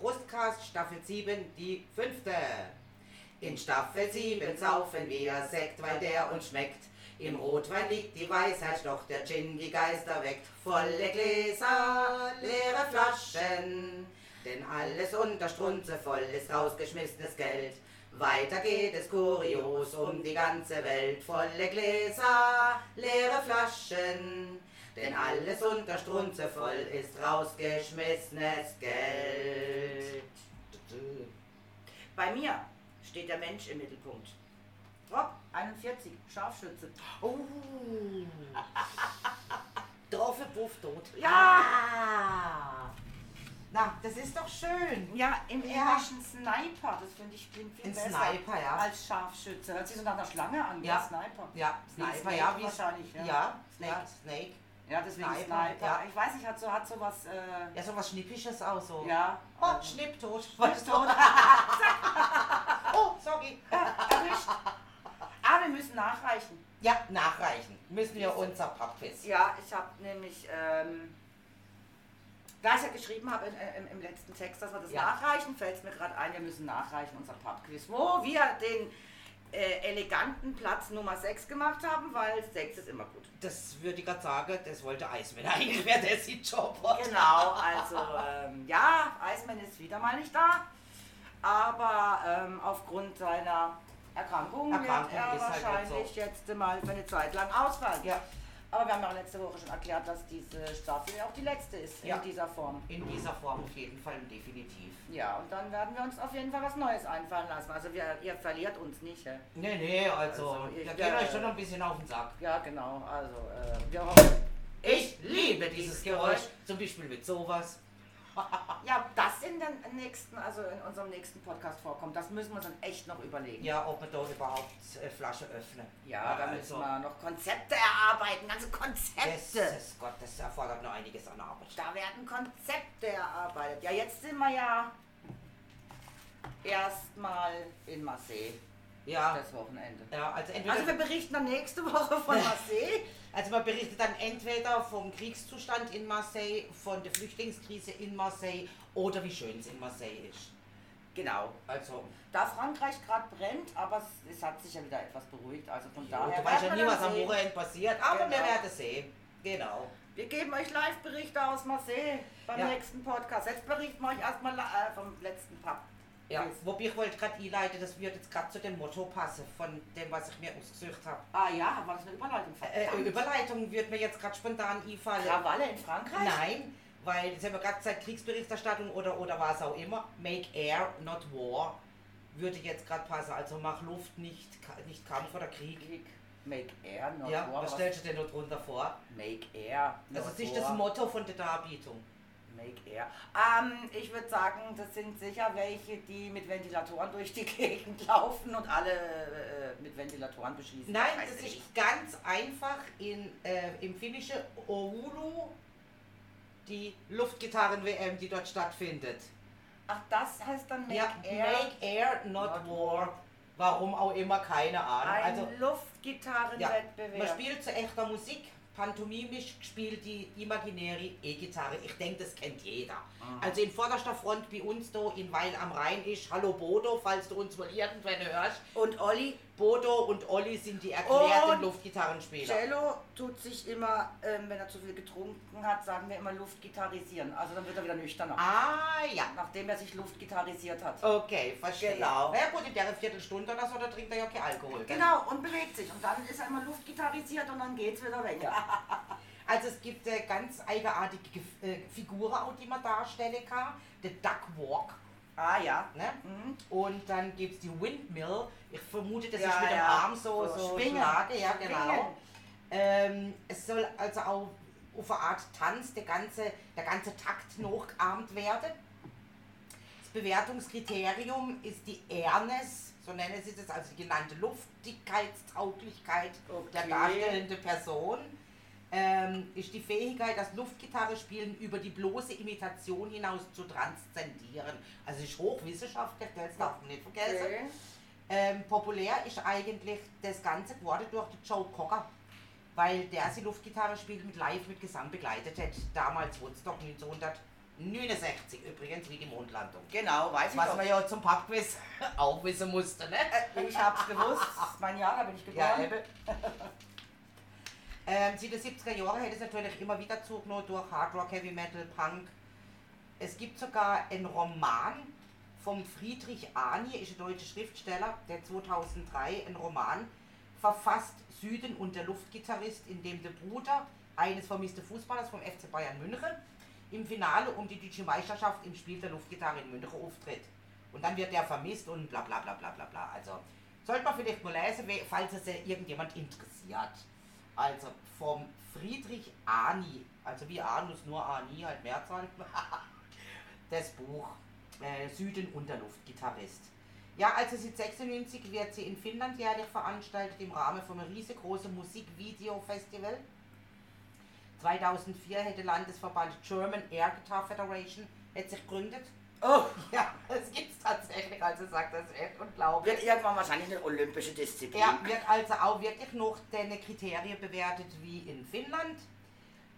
Brustcast Staffel 7, die fünfte. In Staffel 7 saufen wir Sekt, weil der uns schmeckt. Im Rotwein liegt die Weisheit, doch der Gin die Geister weckt. Volle Gläser, leere Flaschen, denn alles unter Strunze voll ist rausgeschmissenes Geld. Weiter geht es kurios um die ganze Welt. Volle Gläser, leere Flaschen, denn alles unter Strunze voll ist rausgeschmissenes Geld. Bei mir steht der Mensch im Mittelpunkt. Rob, 41, Scharfschütze. Oh. Drauf, Puff, tot. Ja! Ah. Na, das ist doch schön. Ja, im Ja. Englischen Sniper, das finde ich klingt viel Ein besser Sniper, ja. als Scharfschütze. Hört sich so nach einer Schlange an, Ja. der Sniper. Ja, Wie Sniper, Snake ja, wie wahrscheinlich, ja. Ja, Snake. ja, Snake. Ja, deswegen Sniper, Sniper. ja. Ich weiß nicht, hat so, hat so was, äh, Ja, so was Schnippisches auch so. ja. Oh, ähm, Schnipptot. weißt du, oder? Oh, sorry. Äh, Erwischt. Ah, wir müssen nachreichen. Ja, nachreichen. Müssen wir unser Pappis. Ja, ich habe nämlich, ähm, da ich ja geschrieben habe in- äh, im, im letzten Text, dass wir das Ja. nachreichen, fällt es mir gerade ein, wir müssen nachreichen, unser Pubquiz, wo wir den äh, eleganten Platz Nummer 6 gemacht haben, weil 6 ist immer gut. Das würde ich gerade sagen, das wollte Eismann eigentlich, wer der sieht Job hat. Genau, also ähm, ja, Eismann ist wieder mal nicht da, aber ähm, aufgrund seiner Erkrankung, Erkrankung wird er ist halt jetzt wahrscheinlich jetzt mal für eine Zeit lang ausfallen. Ja, Aber wir haben ja auch letzte Woche schon erklärt, dass diese Staffel ja auch die letzte ist Ja. in dieser Form. in dieser Form auf jeden Fall definitiv. Ja, und dann werden wir uns auf jeden Fall was Neues einfallen lassen. Also wir, ihr verliert uns nicht. hä? Nee, nee, also, Also, ich- da geht ja, euch ja. schon ein bisschen auf den Sack. Ja, genau. Also äh, wir hoffen. Ich liebe dieses Geräusch, zum Beispiel mit sowas. Ja, das in den nächsten, also in unserem nächsten Podcast vorkommt. Das müssen wir uns dann echt noch überlegen. Ja, ob man da überhaupt äh, Flasche öffnen. Ja, da müssen wir noch Konzepte erarbeiten. Ganze Yes, Konzepte. yes, Gott, Also- das erfordert noch einiges an Arbeit. Da werden Konzepte erarbeitet. Ja, jetzt sind wir ja erstmal in Marseille. Ja, Das Wochenende. Ah. ja also entweder... Also wir berichten dann nächste Woche von Marseille. Also man berichtet dann entweder vom Kriegszustand in Marseille, von der Flüchtlingskrise in Marseille oder wie schön es in Marseille ist. genau. Also, Da Frankreich gerade brennt, aber es, es hat sich ja wieder etwas beruhigt. Also von ja, daher. du weißt ja werden nie, wir was dann am sehen. Wochenende passiert, aber wir Genau. werden sehen. Genau. Wir geben euch Live-Berichte aus Marseille beim Ja. nächsten Podcast. Jetzt berichten wir euch erstmal äh, vom letzten Pub. Ja, Yes. wobei ich wollte gerade einleiten, das wird jetzt gerade zu dem Motto passen, von dem, was ich mir ausgesucht habe. Ah ja, war das eine Überleitung? Äh, Verdammt. Überleitung wird mir jetzt gerade spontan einfallen. Krawalle in Frankreich? Nein, weil jetzt haben wir gerade gesagt, Kriegsberichterstattung oder, oder was auch immer. Make air, not war, würde jetzt gerade passen. Also mach Luft, nicht, Ka- nicht Kampf oder Krieg. Krieg. Make Air, not ja, war. was stellst du denn da drunter vor? Make Air. Das not ist nicht war. das Motto von der Darbietung. Make Air. Ähm, ich würde sagen, das sind sicher welche, die mit Ventilatoren durch die Gegend laufen und alle äh, mit Ventilatoren beschießen. Nein, Weiß das ich. ist ganz einfach in, äh, im finnischen Oulu die Luftgitarren-WM, die dort stattfindet. Ach, das heißt dann Make ja, Air. Make Air, not, Not War. Warum auch immer, keine Ahnung. ein also, Ja, man Luftgitarrenwettbewerb. spielt zu echter Musik, pantomimisch spielt die imaginäre E-Gitarre. Ich denke, das kennt jeder. Ah. Also in vorderster Front bei uns da in Weil am Rhein ist, hallo Bodo, falls du uns mal irgendwann hörst. und Olli Bodo und Olli sind die erklärten Und Luftgitarrenspieler. Cello tut sich immer, ähm, wenn er zu viel getrunken hat, sagen wir immer Luftgitarrisieren. Also dann wird er wieder nüchterner. Ah ja, Nachdem er sich Luftgitarrisiert hat. okay, verstehe. Genau. Na ja gut, in der Viertelstunde oder so, da trinkt er ja kein Alkohol. gell? Genau, und bewegt sich. Und dann ist er immer luftgitarrisiert und dann geht's wieder weg. Also es gibt äh, ganz eigenartige Gef- äh, Figuren, auch die man darstellen kann. Der Duck Walk. Ah ja. Ne? Mhm. Und dann gibt es die Windmill. Ich vermute, das Ja, ist mit dem ja. Arm so, So so schwingen. Schlage. Ja, Schwingen. genau. Ähm, es soll also auch auf eine Art Tanz der ganze, der ganze Takt nachgeahmt werden. Das Bewertungskriterium ist die Airness, so nennen sie das, also die genannte Luftigkeitstauglichkeit der Okay. darstellenden Person. Ähm, ist die Fähigkeit, das Luftgitarre spielen über die bloße Imitation hinaus zu transzendieren. Also ist hochwissenschaftlich, das darf man nicht vergessen. Okay. Ähm, populär ist eigentlich das Ganze geworden durch den Joe Cocker, weil der sie Luftgitarre spielt mit live mit Gesang begleitet hat, damals Woodstock 1900. 69 übrigens, wie die Mondlandung. Genau, weiß Was ich man auch. ja zum Pappquiz auch wissen musste, ne? Äh, Ich hab's gewusst, mein Jahr, da bin ich Ja, geboren. eben. ähm, seit den 70er Jahren hätte es natürlich immer wieder zugenommen durch Hard Rock, Heavy Metal, Punk. Es gibt sogar einen Roman vom Friedrich Ani, ist ein deutscher Schriftsteller, der 2003 einen Roman verfasst, Süden und der Luftgitarrist, in dem der Bruder eines vermissten Fußballers vom FC Bayern München im Finale um die deutsche Meisterschaft im Spiel der Luftgitarre in München auftritt. Und dann wird der vermisst und bla bla bla bla bla bla. Also sollte man vielleicht mal lesen, we- falls es äh, irgendjemand interessiert. Also vom Friedrich Ani, also wie Anus, nur Ani, halt Mehrzahl, das Buch äh, Süden Unterluftgitarrist. Ja, also seit 96 wird sie in Finnland jährlich veranstaltet im Rahmen von einem riesengroßen Musikvideofestival. 2004 hätte Landesverband German Air Guitar Federation hätte sich gegründet. Oh, Ja, das gibt's tatsächlich, also sagt das ist echt unglaublich. wird irgendwann wahrscheinlich eine olympische Disziplin. Er wird also auch wirklich nach den Kriterien bewertet wie in Finnland.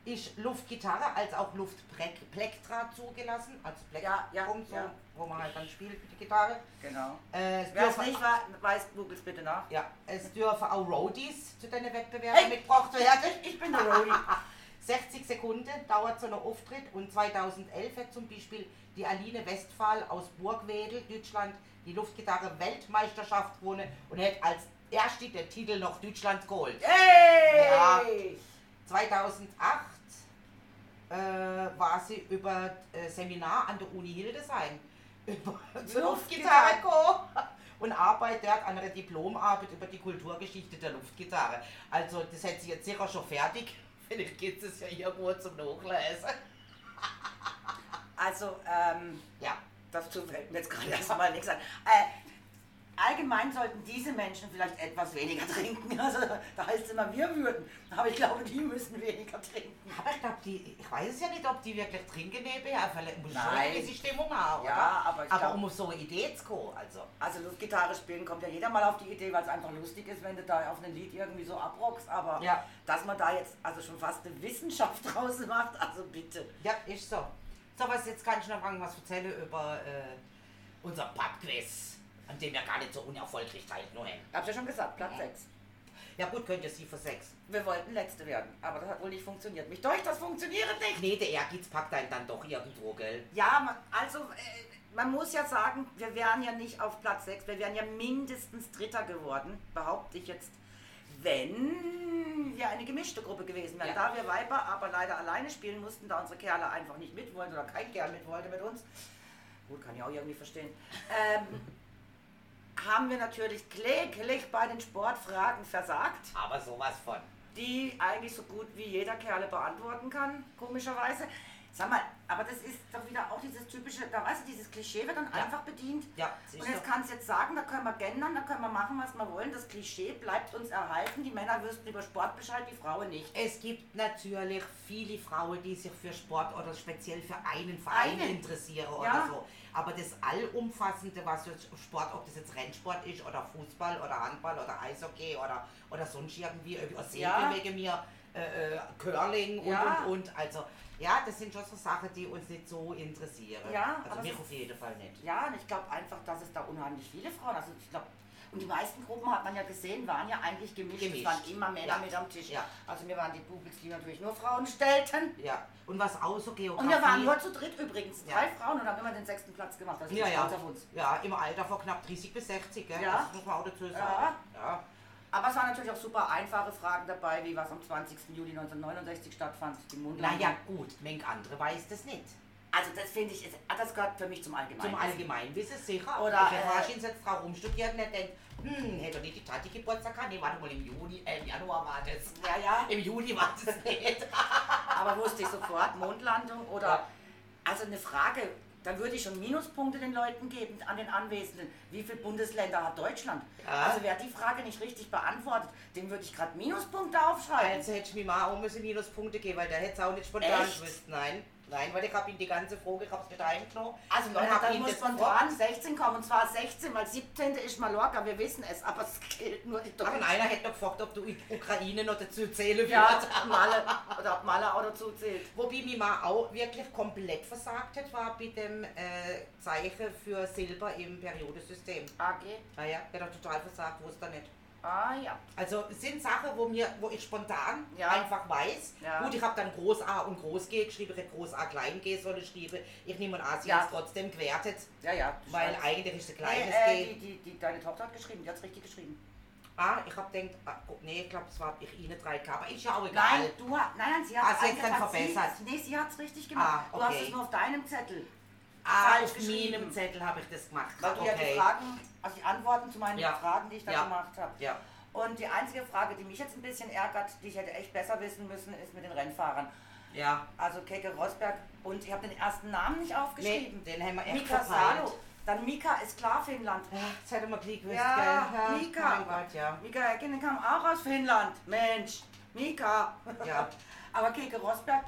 Ist Luftgitarre als auch Luftplektra zugelassen, also Ja, ja, Plektrum, so, ja. wo man halt dann spielt mit der Gitarre. Genau. Äh, es, Wer es dürfen, nicht war, weiß, googelt bitte nach. ja, es dürfen auch Roadies zu deinen Wettbewerben Hey! mitgebracht werden. Ich bin der Roadie. 60 Sekunden dauert so ein Auftritt und 2011 hat zum Beispiel die Aline Westphal aus Burgwedel, Deutschland, die Luftgitarre Weltmeisterschaft gewonnen und hat als erste den Titel noch Deutschland geholt. Hey! Ja. 2008 äh, war sie über äh, Seminar an der Uni Hildesheim über zur Luftgitarre gekommen und arbeitet dort an einer Diplomarbeit über die Kulturgeschichte der Luftgitarre. Also das hat sie jetzt sicher schon fertig. Vielleicht gibt es ja irgendwo zum Nachlesen. Also, ähm, Ja, dazu fällt mir jetzt gerade erstmal nichts an. Äh, allgemein sollten diese Menschen vielleicht etwas weniger trinken. Also, da heißt es immer, wir würden. Aber ich glaube, die müssen weniger trinken. aber ich glaube, die, ich weiß es ja nicht, ob die wirklich trinken nebenher, vielleicht muss schon Nein. eine gewisse Stimmung haben, oder? Ja, aber ich glaub- um auf so eine Idee zu kommen, also. Also, Luftgitarre spielen kommt ja jeder mal auf die Idee, weil es einfach lustig ist, wenn du da auf ein Lied irgendwie so abrockst. Aber Ja. dass man da jetzt also schon fast eine Wissenschaft draus macht, also bitte. Ja, ist so. So, was jetzt kann ich noch fragen, was erzähle über äh, unser Pubquiz, an dem wir gar nicht so unerfolgreich teilnehmen. Hab's ja schon gesagt, Platz 6. Ja gut, könnt ihr sie für sechs. Wir wollten Letzte werden, aber das hat wohl nicht funktioniert. Mich deucht, das funktioniert nicht. Nee, der Ehrgeiz packt einen dann doch irgendwo, gell? Ja, man, also äh, man muss ja sagen, wir wären ja nicht auf Platz 6, wir wären ja mindestens Dritter geworden, behaupte ich jetzt, wenn wir eine gemischte Gruppe gewesen wären. Ja. Da wir Weiber aber leider alleine spielen mussten, da unsere Kerle einfach nicht mit wollten oder kein Kerl mit wollte mit uns, gut, kann ich auch irgendwie verstehen, ähm, haben wir natürlich kläglich bei den Sportfragen versagt Aber sowas von. die eigentlich so gut wie jeder Kerle beantworten kann, komischerweise. Sag mal, aber das ist doch wieder auch dieses typische, da weißt du, dieses Klischee wird dann Ja. einfach bedient. Ja, es ist Und jetzt so. kannst du jetzt sagen, da können wir gendern, da können wir machen, was wir wollen. Das Klischee bleibt uns erhalten. Die Männer wüssten über Sport Bescheid, die Frauen nicht. Es gibt natürlich viele Frauen, die sich für Sport oder speziell für einen Verein Einen. interessieren Ja. oder so. Aber das Allumfassende, was jetzt Sport, ob das jetzt Rennsport ist oder Fußball oder Handball oder Eishockey oder, oder sonst irgendwie, über Ja. Segel wegen mir, äh, äh, Curling und, Ja. und und. Also ja, das sind schon so Sachen, die uns nicht so interessieren. Ja, also aber mich es- auf jeden Fall nicht. Ja, und ich glaube einfach, dass es da unheimlich viele Frauen, also ich glaube, und die meisten Gruppen hat man ja gesehen, waren ja eigentlich gemischt. Es Gemischt. waren immer Männer Ja. mit am Tisch. Ja. Also mir waren die Bubels, die natürlich nur Frauen stellten. Ja. Und was auch so Geografie... Und wir waren nur zu dritt übrigens. Ja. Drei Frauen und haben immer den sechsten Platz gemacht. Das ist ja, ja. stolz auf uns. ja, im Alter von knapp 30 bis 60, gell? Ja. das muss man auch dazu sagen. Ja. Ja. Aber es waren natürlich auch super einfache Fragen dabei, wie was am 20. Juli 1969 stattfand, die Mundlandung. Naja, gut, manch andere weiß das nicht. Also das finde ich, ist, ah, das gehört für mich zum Allgemeinen. Zum Allgemeinwissen sicher. Oder, Wenn äh, Faschins jetzt Frau rumstudiert und denkt, hm, hätte doch nicht die Tati Geburtstag gehabt? Nee, warte mal, im Juni, äh, im Januar war das. Ja, ja, Im Juli war das nicht. aber wusste ich sofort, Mondlandung oder... Ja. Also eine Frage, dann würde ich schon Minuspunkte den Leuten geben, an den Anwesenden. Wie viele Bundesländer hat Deutschland? Ja. Also wer die Frage nicht richtig beantwortet, dem würde ich gerade Minuspunkte aufschreiben. Also hätte ich mir mal auch müssen Minuspunkte geben, weil der hätte es auch nicht spontan Echt? gewusst, nein. Nein, weil ich habe ihm die ganze Frage, ich habe es mit heimgenommen. Also Leute, hab dann ihm muss das spontan 16 kommen. Und zwar 16, weil 17. ist Mallorca, wir wissen es. Aber es gilt nur die Aber Deutschen. einer hätte noch gefragt, ob du U- Ukraine noch dazu zählen Ja, würdest. Maler, oder ob Maler auch dazu zählt. Wobei mir mal auch wirklich komplett versagt hat, war bei dem äh, Zeichen für Silber im Periodensystem. AG? Naja, der hat total versagt, wusste er nicht. Ah ja. Also es sind Sachen, wo, mir, wo ich spontan Ja. einfach weiß. Ja. Gut, ich habe dann Groß A und Groß G geschrieben, ich hätte Groß A klein G sollen schreiben. Ich nehme an, A sie Ja. ist trotzdem gewertet, Ja, ja. du weil schreibst- eigentlich ist ein Nee, kleines äh, G. die, die, die, deine Tochter hat geschrieben, die hat es richtig geschrieben. Ah, ich habe gedacht, ah, gu- nee, ich glaube, es war ich Ihnen 3K, aber ist ja auch egal. Nein, du hast, nein, nein, sie Ah, hat sie hat's dann verbessert. Sie, nee, sie hat es richtig gemacht. Ah, Du hast okay. es nur auf deinem Zettel. ah, falsch auf geschrieben. meinem Zettel habe ich das gemacht. Weil du ja die Fragen, also die Antworten zu meinen Ja. Fragen, die ich da Ja. gemacht habe. Ja. Und die einzige Frage, die mich jetzt ein bisschen ärgert, die ich hätte echt besser wissen müssen, ist mit den Rennfahrern. Ja. Also Keke Rosberg und ich habe den ersten Namen nicht Nee, aufgeschrieben. den haben wir echt Mika verpeilt. Salo. Dann Mika ist klar Finnland. Ach, Das hätte man gleich gewusst, Ja, gell? Ja, Mika. Mein Gott, ja. Mika Häkkinen kam auch aus Finnland. Mensch, Mika. Ja. aber Keke Rosberg,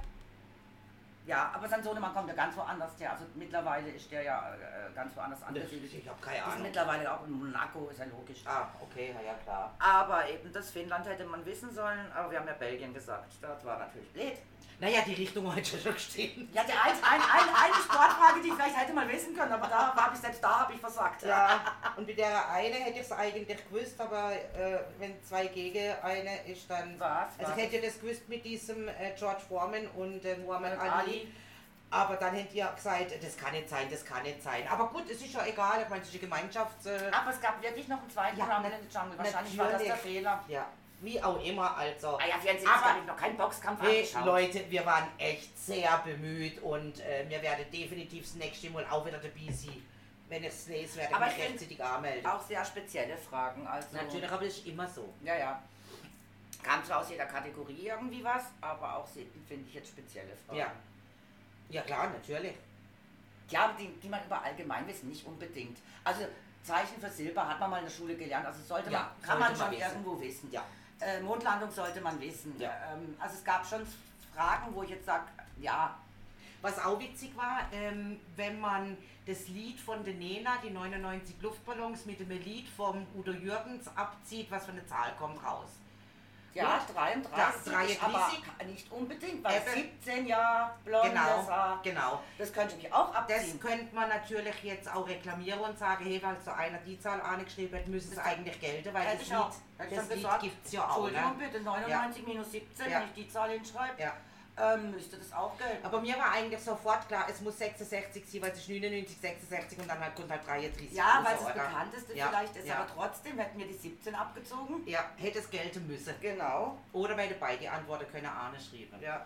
ja, aber sein Sohnemann kommt ja ganz woanders her. Also mittlerweile ist der ja äh, ganz woanders angesiedelt. Ich habe keine Die Ist Ahnung. mittlerweile auch in Monaco, ist ja logisch. Ah, okay, na ja klar. Aber eben das Finnland hätte man wissen sollen, aber wir haben ja Belgien gesagt. Das war natürlich blöd. Naja, die Richtung hat schon gestimmt. Ja, die ein, ein, ein, eine Sportfrage, die ich vielleicht hätte mal wissen können, aber da habe ich selbst da habe ich versagt. Ja, und mit der eine hätte ich es eigentlich gewusst, aber äh, wenn zwei gegen eine ist, dann... Was? Also Was? ich hätte das gewusst mit diesem äh, George Foreman und äh, Muhammad Muhammad Ali. Ali. Aber dann hättet ihr gesagt, das kann nicht sein, das kann nicht sein. Aber gut, es ist ja egal, ich meine, es ist eine Gemeinschaft... Äh, Aber es gab wirklich noch einen zweiten Ja, Rumble in the Jungle. Wahrscheinlich war das natürlich. der Fehler. ja, wie auch immer, also... Ah ja, Fernsehen Aber- ist gar nicht noch kein Boxkampf Hey, angeschaut. Leute, wir waren echt sehr bemüht und äh, wir werden definitiv das nächste Mal auch wieder dabei sein. Wenn ich es lese, werde Aber ich ich mich find- rechtzeitig anmelden. Auch sehr spezielle Fragen. Also, Natürlich, aber das ist immer so. Ja, ja. Kam zwar aus jeder Kategorie irgendwie was, aber auch sie- finde ich jetzt spezielle Fragen. Ja. Ja klar, natürlich. Ja, die, die man über Allgemeinwissen nicht unbedingt. Also Zeichen für Silber hat man mal in der Schule gelernt. Also sollte Ja, man, kann man sollte man schon wissen. irgendwo wissen. Ja. Äh, Mondlandung sollte man wissen. Ja. Ähm, also es gab schon Fragen, wo ich jetzt sage, ja, Was auch witzig war, ähm, wenn man das Lied von der Nena, die 99 Luftballons, mit dem Lied vom Udo Jürgens abzieht, was für eine Zahl kommt raus. ja Gut. 33, Das ist aber 33. nicht unbedingt, weil Eben. 17 Jahre blondes Genau, Haar, genau. das könnte mich auch Das abziehen. könnte man natürlich jetzt auch reklamieren und sagen, hey, weil so einer die Zahl angeschrieben hat, müssen es eigentlich gelten, weil Hätte das ich auch. Lied, Hätte ich das schon Lied gesagt. gibt es ja auch. Entschuldigung Ne? bitte, 99 minus 17, Ja. wenn ich die Zahl hinschreibe, Ja. ähm, müsste das auch gelten. Aber mir war eigentlich sofort klar, es muss 66 sein, weil es ist 99, 66 und dann halt kommt halt 33. Ja, raus, weil es das oder? bekannteste Ja, vielleicht ist, ja. aber trotzdem hätten wir die 17 abgezogen. Ja, hätte es gelten müssen. Genau. Oder bei dabei die Antworten können Ahne schreiben. Ja.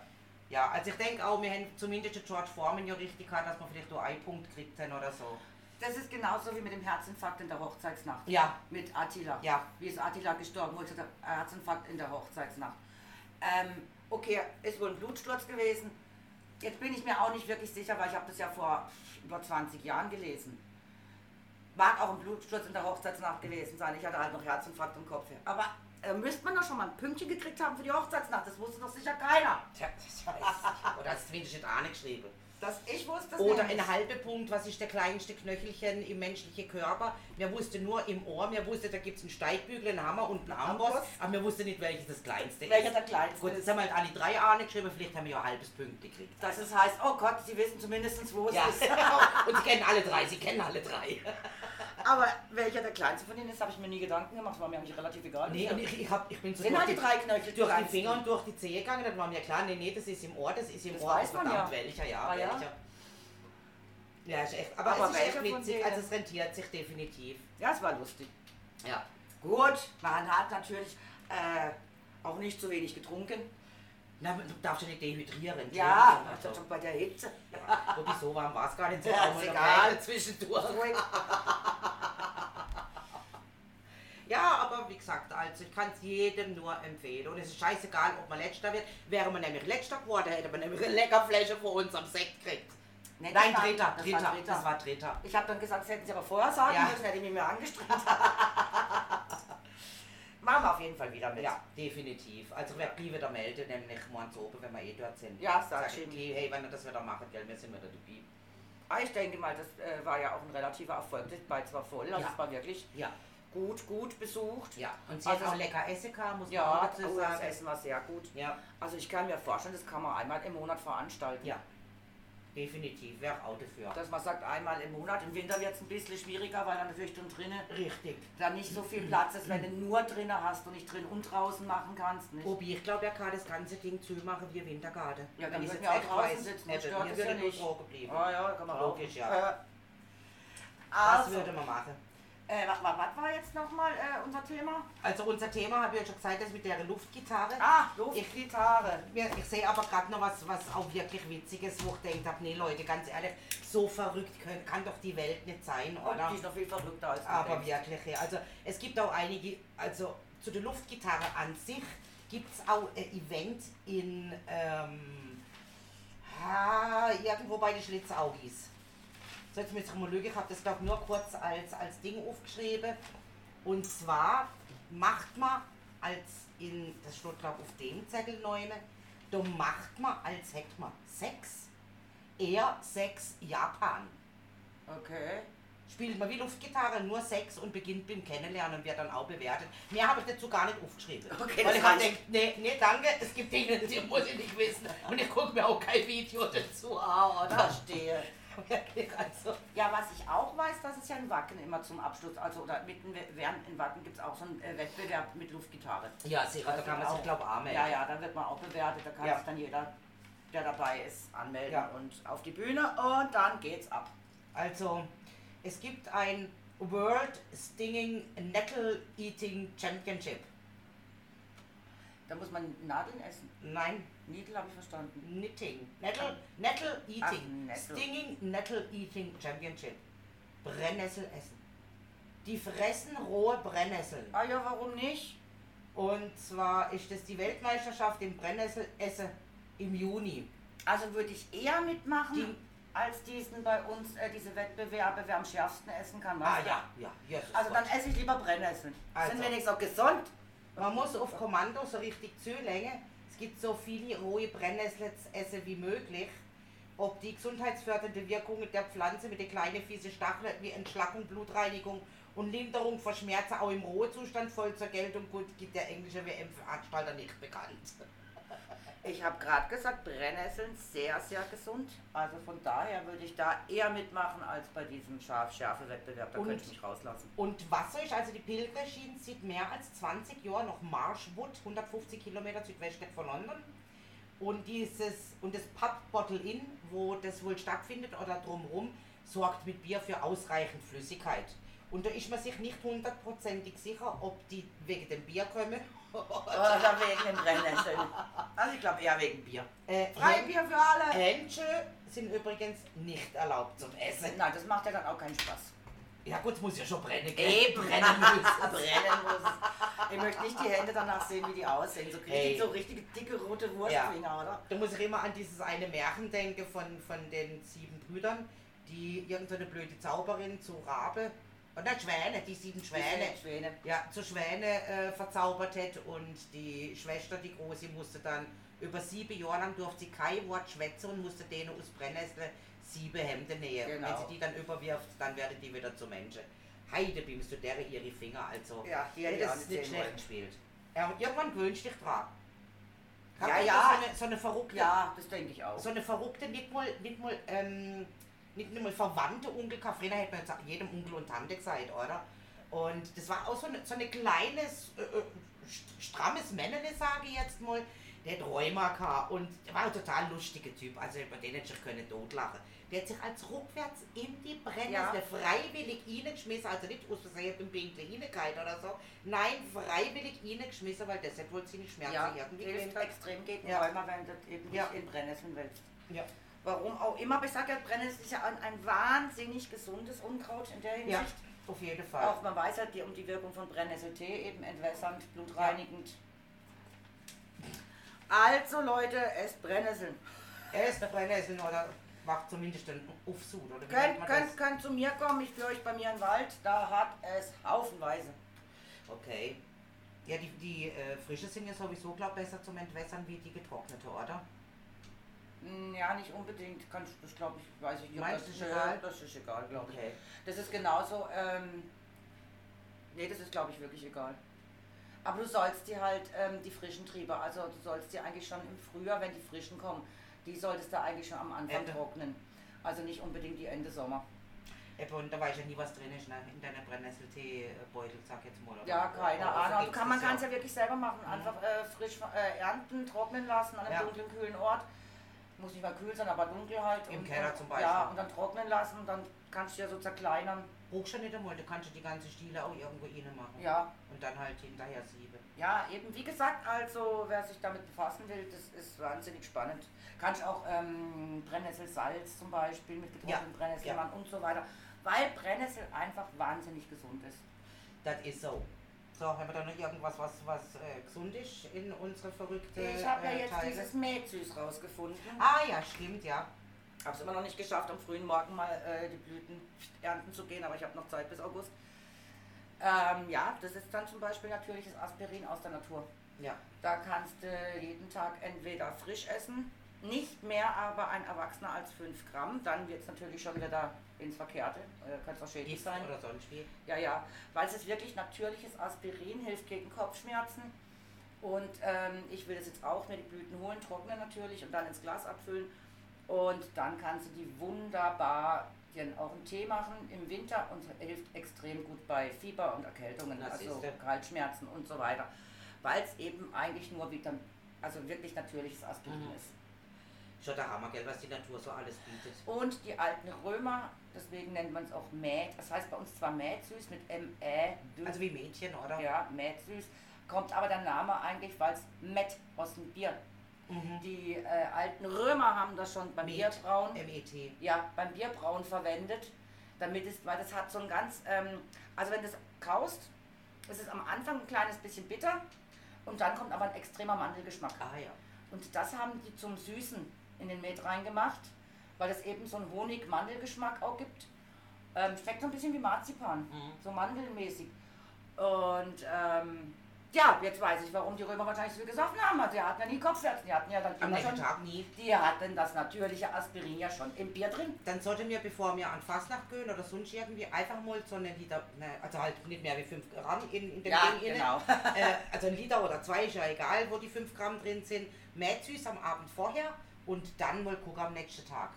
Ja, also ich denke auch, wir haben zumindest den George Foreman ja richtig gehabt, dass wir vielleicht auch einen Punkt gekriegt haben oder so. Das ist genauso wie mit dem Herzinfarkt in der Hochzeitsnacht. Ja, Mit Attila. Ja. Wie ist Attila gestorben? Wo ich gesagt habe, Herzinfarkt in der Hochzeitsnacht. Ähm, okay, ist wohl ein Blutsturz gewesen. Jetzt bin ich mir auch nicht wirklich sicher, weil ich habe das ja vor über 20 Jahren gelesen. Mag auch ein Blutsturz in der Hochzeitsnacht gewesen sein. Ich hatte halt noch Herzinfarkt im Kopf. Aber äh, müsste man doch schon mal ein Pünktchen gekriegt haben für die Hochzeitsnacht. Das wusste doch sicher keiner. tja, ich weiß. Oder hat es zumindest nicht Ahne geschrieben. Das, ich wusste das Oder nämlich. ein halber Punkt, was ist der kleinste Knöchelchen im menschlichen Körper? Wir wussten nur im Ohr, wir wussten, da gibt es einen Steigbügel, einen Hammer und einen Amboss, Amboss. aber wir wussten nicht, welches das kleinste Welcher ist. der kleinste Gut, jetzt ist. haben wir halt alle drei Ahne geschrieben, vielleicht haben wir ja ein halbes Punkt gekriegt. Dass es heißt, oh Gott, sie wissen zumindest, wo es Ja, ist. und sie kennen alle drei, sie kennen alle drei. Aber welcher der kleinste von ihnen ist, habe ich mir nie Gedanken gemacht. War mir eigentlich relativ egal. Nee, und ich, ich, hab, ich bin so sind durch, halt die drei Knöchel. durch die kleinsten. Finger und durch die Zehe gegangen, dann war mir klar, nee, nee, das ist im Ohr, das ist im Das Ohr, weiß oh, man verdammt, ja. welcher, ja, Ah, ja. welcher. Ja, ist echt, aber, Aber es ist echt welcher von witzig, denen? also es rentiert sich definitiv. Ja, es war lustig. Ja. Gut, man hat natürlich äh, auch nicht zu wenig getrunken. Na, du darfst ja nicht dehydrieren. Ja, Entschuldigung, schon bei der Hitze. also. Wobei, so warm war es gar nicht so. Ja, warm ist und egal. okay, Zwischendurch. Ja, aber wie gesagt, also ich kann es jedem nur empfehlen. Und es ist scheißegal, ob man letzter wird. Wäre man nämlich letzter geworden, hätte man nämlich eine Leckerfläche von uns am Sekt gekriegt. Nee, das Nein, war- dritter, das war dritter, das war dritter. Ich habe dann gesagt, das hätten sie aber vorher sagen Ja. müssen, hätte ich mich mehr angestrengt. Machen wir auf jeden Fall wieder mit. Ja, definitiv. Also wir bleiben da melden, nämlich morgen oben, wenn wir eh dort sind. Ja, sag Sag ich, Jim. die, hey, wenn ihr das wieder macht, gell, wir sind wieder dabei. Ah, ich denke mal, das äh, war ja auch ein relativer Erfolg. Das war zwar voll, also Ja. es war wirklich Ja, gut, gut besucht. ja. Und sie Also- hat auch lecker Essen gehabt, muss man Ja, auch dazu oh, das sagen. Essen war sehr gut. Ja, Also ich kann mir vorstellen, das kann man einmal im Monat veranstalten. ja. Definitiv, wäre auch dafür. Dass man sagt, einmal im Monat. Im Winter wird es ein bisschen schwieriger, weil dann natürlich dann drinnen Richtig. da nicht so viel Platz ist, wenn du nur drinnen hast und nicht drin und draußen machen kannst. Nicht? Obi, ich glaube, er kann das ganze Ding zumachen wie Wintergarten. Ja, dann Wenn ich würden jetzt wir auch echt draußen weiß, sitzen, hätte, das stört wir uns ja würden nicht. so geblieben. Ah ja, kann man auch. Logisch, ja. Äh, Das also, würde man machen. äh, was, was war jetzt nochmal äh, unser Thema? Also unser Thema, habe ich ja schon gesagt, das mit der Luftgitarre. Ah, Luftgitarre. Mir- Ich sehe aber gerade noch was, was auch wirklich Witziges, wo ich denkt habe, nee Leute, ganz ehrlich, so verrückt können, kann doch die Welt nicht sein, Oh, oder? die ist noch viel verrückter als du Aber denkst. wirklich, ja. also es gibt auch einige, also zu der Luftgitarre an sich gibt es auch ein Event in ähm, ha, irgendwo bei den Schlitzaugis. So, jetzt muss ich mal lügen, ich habe das glaube nur kurz als, als Ding aufgeschrieben. Und zwar macht man als in, das steht glaube auf dem Zettel 9, da macht man als hätte man Sex, eher Sex Japan Okay. spielt man wie Luftgitarre nur Sex und beginnt beim Kennenlernen und wird dann auch bewertet. Mehr habe ich dazu gar nicht aufgeschrieben. Okay, Weil das ich habe reicht. gedacht, nee, nee, danke, es gibt Dinge, die muss ich nicht wissen. Und ich gucke mir auch kein Video dazu an. oder? Verstehe. Wirklich, also, Ja, was ich auch weiß, das ist ja in Wacken immer zum Abschluss, also oder mitten während in Wacken gibt es auch so einen äh, Wettbewerb mit Luftgitarre. ja, sicher, da kann man sich, glaube ich, anmelden. Ja, ja, da wird man auch bewertet, da kann Ja. sich dann jeder, der dabei ist, anmelden Ja. und auf die Bühne und dann geht's ab. Also, es gibt ein World Stinging Nettle Eating Championship. Da muss man Nadeln essen. Nein, Nidel habe ich verstanden. Knitting. Nettle, Nettle Ach, Eating. Nettle. Stinging Nettle Eating Championship. Brennnessel essen. Die fressen rohe Brennnesseln. Ah ja, warum nicht? Und zwar ist das die Weltmeisterschaft im Brennnesselesse im Juni. Ah, Also würde ich eher mitmachen Die- als diesen bei uns, äh, diese Wettbewerbe, wer am schärfsten essen kann. Ah weißt du? ja, ja, Jesus Also dann Gott. esse ich lieber Brennnesseln. Also. Sind wenigstens auch gesund. Man muss auf Kommando so richtig Zülänge. Es gibt so viele rohe Brennnesseln essen wie möglich. Ob die gesundheitsfördernde Wirkung der Pflanze mit den kleinen fiese Stacheln wie Entschlackung, Blutreinigung und Linderung von Schmerzen auch im Rohzustand voll zur Geltung kommt, gibt der englische WM-Veranstalter nicht bekannt. Ich habe gerade gesagt, Brennnesseln sehr, sehr gesund. Also von daher würde ich da eher mitmachen als bei diesem Scharf-Schärfe-Wettbewerb. Da Und- könnte ich mich rauslassen. Und Wasser ist also die Pilgerschienen sieht mehr als 20 Jahre noch Marshwood, 150 Kilometer südwestlich von London. Und dieses und das Pub Bottle Inn, wo das wohl stattfindet oder drumherum, sorgt mit Bier für ausreichend Flüssigkeit. Und da ist man sich nicht hundertprozentig sicher, ob die wegen dem Bier kommen. Oder wegen den Brennnesseln. Also ich glaube eher wegen Bier. Äh, Freibier für alle. Hähnchen sind übrigens nicht erlaubt zum Essen. Äh, Nein, das macht ja dann auch keinen Spaß. Ja gut, es muss ja schon brennen. gell? Eben. Äh, brennen muss. Brennen muss. es. Ich möchte nicht die Hände danach sehen, wie die aussehen. So kriege Ey. ich so richtige dicke rote Wurstfinger, oder? Da muss ich immer an dieses eine Märchen denken von, von den sieben Brüdern, die irgendeine blöde Zauberin zu Rabe, oder Schwäne, die sieben Schwäne, Die Schwäne. ja, zu Schwäne äh, verzaubert hat und die Schwester, die Große, musste dann über sieben Jahre lang durfte sie kein Wort schwätzen und musste denen aus Brennnessel sieben Hemden nähen. Und Wenn Genau. sie die dann überwirft, dann werden die wieder zu Menschen. Heide bimst du deren ihre Finger, also Ja, hier hätte ich auch das ist nicht nicht sehen schlecht wollen. gespielt. Ja, und irgendwann gewöhnst du dich dran. Ja, Habt ihr ja. So eine, so eine verrückte Ja, das denke ich auch. so eine verrückte, nicht mal, nicht mal, ähm, nicht mal verwandte Onkel Kaffrina hätte man jetzt auch jedem Onkel und Tante gesagt, oder? Und das war auch so ein so eine kleines, äh, äh, st- strammes Männle, sage ich jetzt mal. Der hat Rheuma gehabt und der war ein total lustiger Typ, also über den hätte ich können totlachen. Der hat sich als rückwärts in die Brennnessel Ja. freiwillig reingeschmissen, also nicht aus Versehen beim Pinkel reingehalten oder so, nein, freiwillig reingeschmissen, weil das hat wohl seine Schmerzen Ja, irgendwie hilft gelindert. extrem gegen Ja. Rheuma, wenn das eben Ja. nicht in Brennnesseln wälzt. Ja. Warum auch immer, aber ich sage ja, Brennnessel ist ja ein, ein wahnsinnig gesundes Unkraut in der ja, Hinsicht. auf jeden Fall. Auch man weiß ja die, um die Wirkung von Brennnesseltee, eben entwässernd, blutreinigend. Also Leute, esst Brennnesseln. Esst Brennnesseln oder macht zumindest einen Aufsud. Oder wie nennt Könnt, man könnt, könnt zu mir kommen, ich führe euch bei mir in den Wald, da hat es haufenweise. das? Okay. Ja, die, die äh, frische sind ja sowieso, glaube ich, besser zum Entwässern wie die getrocknete, oder? Hm, Ja, nicht unbedingt. Kann, ich- das glaube ich, weiß ich nicht. ob Meinst das du, ist egal? Das ist egal, glaube ich. Das ist genauso. Ähm, nee, das ist, glaube ich, wirklich egal. Aber du sollst die halt, ähm, die frischen Triebe, also du sollst die eigentlich schon im Frühjahr, wenn die frischen kommen, die solltest du eigentlich schon am Anfang Ende. trocknen. Also nicht unbedingt die Ende Sommer. Ebbe, und da weiß ja nie, was drin ist, ne? In deiner Brennnesselteebeutel, sag jetzt mal. oder? Ja, keine Oder so Ahnung. Du gibt's kann, man das Mhm. kann es ja wirklich selber machen. Einfach äh, frisch äh, ernten, trocknen lassen an einem Ja. dunklen, kühlen Ort. Muss nicht mal kühl sein, aber dunkel halt. Im Und- Keller zum Ja, Beispiel. und dann trocknen lassen und dann kannst du ja so zerkleinern. Brauchst du nicht einmal, du kannst ja die ganze Stiele auch irgendwo innen machen. Ja, Und dann halt hinterher sieben. Ja, eben wie gesagt, also wer sich damit befassen will, das ist wahnsinnig spannend. Kannst auch ähm, Brennnesselsalz zum Beispiel mit getrockneten Ja, Brennnesseln ja. machen und so weiter, weil Brennnessel einfach wahnsinnig gesund ist. Das ist so. So, haben wir da noch irgendwas, was, was äh, gesund ist in unsere verrückte Ich habe ja äh, jetzt Teile? dieses Mähtsüß rausgefunden. Ah ja, stimmt, ja. Habe es immer noch nicht geschafft, am frühen Morgen mal äh, die Blüten ernten zu gehen, aber ich habe noch Zeit bis August. Ähm, ja, das ist dann zum Beispiel natürliches Aspirin aus der Natur. Ja. Da kannst du jeden Tag entweder frisch essen, nicht mehr aber ein Erwachsener als 5 Gramm, dann wird es natürlich schon wieder ins Verkehrte, äh, kann es auch schädlich Gift sein. oder sonst wie. Ja, ja, weil es ist wirklich natürliches Aspirin, hilft gegen Kopfschmerzen. Und ähm, ich will das jetzt auch mir die Blüten holen, trocknen natürlich und dann ins Glas abfüllen. Und dann kannst du die wunderbar dir auch einen Tee machen im Winter und hilft extrem gut bei Fieber und Erkältungen, Na, also siehste. Kaltschmerzen und so weiter. Weil es eben eigentlich nur Vitamin, also wirklich natürliches Aspirin Mhm. ist. Schon der Hammer, gell, was die Natur so alles bietet. Und die alten Römer, deswegen nennt man es auch Mäd, das heißt bei uns zwar Mädsüß mit M-Ä, Also wie Mädchen, oder? Ja, Matt süß. Kommt aber der Name eigentlich, weil es Met aus dem Bier. Mhm. Die äh, alten Römer haben das schon beim Met. Bierbrauen, MET. ja, beim Bierbrauen verwendet, damit es, weil das hat so ein ganz, ähm, also wenn du es kaust, ist es am Anfang ein kleines bisschen bitter und dann kommt aber ein extremer Mandelgeschmack. Ah ja. Und das haben die zum Süßen in den Met reingemacht, weil es eben so einen Honig-Mandelgeschmack auch gibt. Ähm, schmeckt so ein bisschen wie Marzipan, Mhm. so mandelmäßig. Und ähm, ja, jetzt weiß ich, warum die Römer wahrscheinlich so gesoffen haben. Also, die hatten ja nie Kopfschmerzen, die hatten ja dann Am immer nächsten schon, Tag nie. die hatten das natürliche Aspirin ja schon im Bier drin. Dann sollte mir, bevor wir an Fastnacht gehen oder sonst irgendwie, einfach mal so einen Liter, ne, also halt nicht mehr wie 5 Gramm in, in dem Ding innen. genau. äh, also ein Liter oder zwei ist ja egal, wo die 5 Gramm drin sind. Mehr süß am Abend vorher und dann mal gucken am nächsten Tag.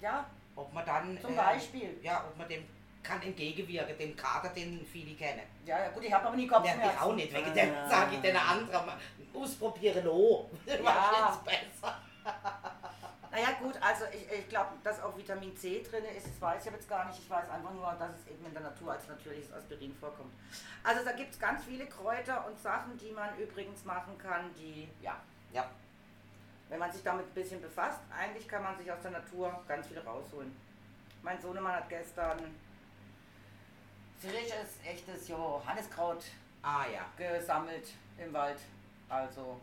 ja, Ob man dann. zum äh, Beispiel. Ja, ob man dem kann entgegenwirken, dem Kater, den viele kennen. Ja, ja, gut, ich habe aber nie Ja, Kopfschmerzen. ich auch nicht, wegen dem Ah. sage ich den anderen, mal, ausprobieren, oh, Ja. was ist besser? Naja gut, also ich, ich glaube, dass auch Vitamin C drin ist, das weiß ich jetzt gar nicht. Ich weiß einfach nur, dass es eben in der Natur als natürliches Aspirin vorkommt. Also da gibt es ganz viele Kräuter und Sachen, die man übrigens machen kann, die, ja, Ja, wenn man sich damit ein bisschen befasst, eigentlich kann man sich aus der Natur ganz viel rausholen. Mein Sohnemann hat gestern frisches, echtes Johanniskraut ah ja, gesammelt im Wald. Also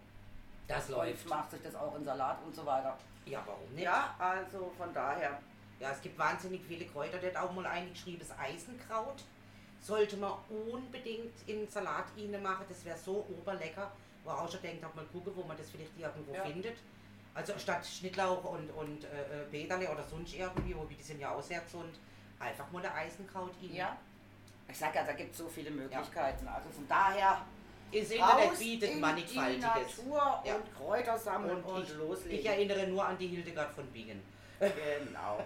das läuft. macht sich das auch in Salat und so weiter. Ja, warum nicht? Ja, also von daher. Ja, es gibt wahnsinnig viele Kräuter. Der hat auch mal eingeschrieben, das Eisenkraut sollte man unbedingt in Salat inne machen. Das wäre so oberlecker. Wo auch schon denkt, auch mal gucken, wo man das vielleicht irgendwo Ja. findet. Also statt Schnittlauch und, und äh, äh, Peterle oder sonst irgendwie, wobei die sind ja auch sehr gesund, einfach mal der Eisenkraut in. Ja. Ich sag ja, da gibt es so viele Möglichkeiten. Also von daher, Das raus Internet bietet in mannigfaltiges. Die Natur Ja. und Kräuter Und, sammeln und, ich, ich loslegen. erinnere nur an die Hildegard von Bingen. genau.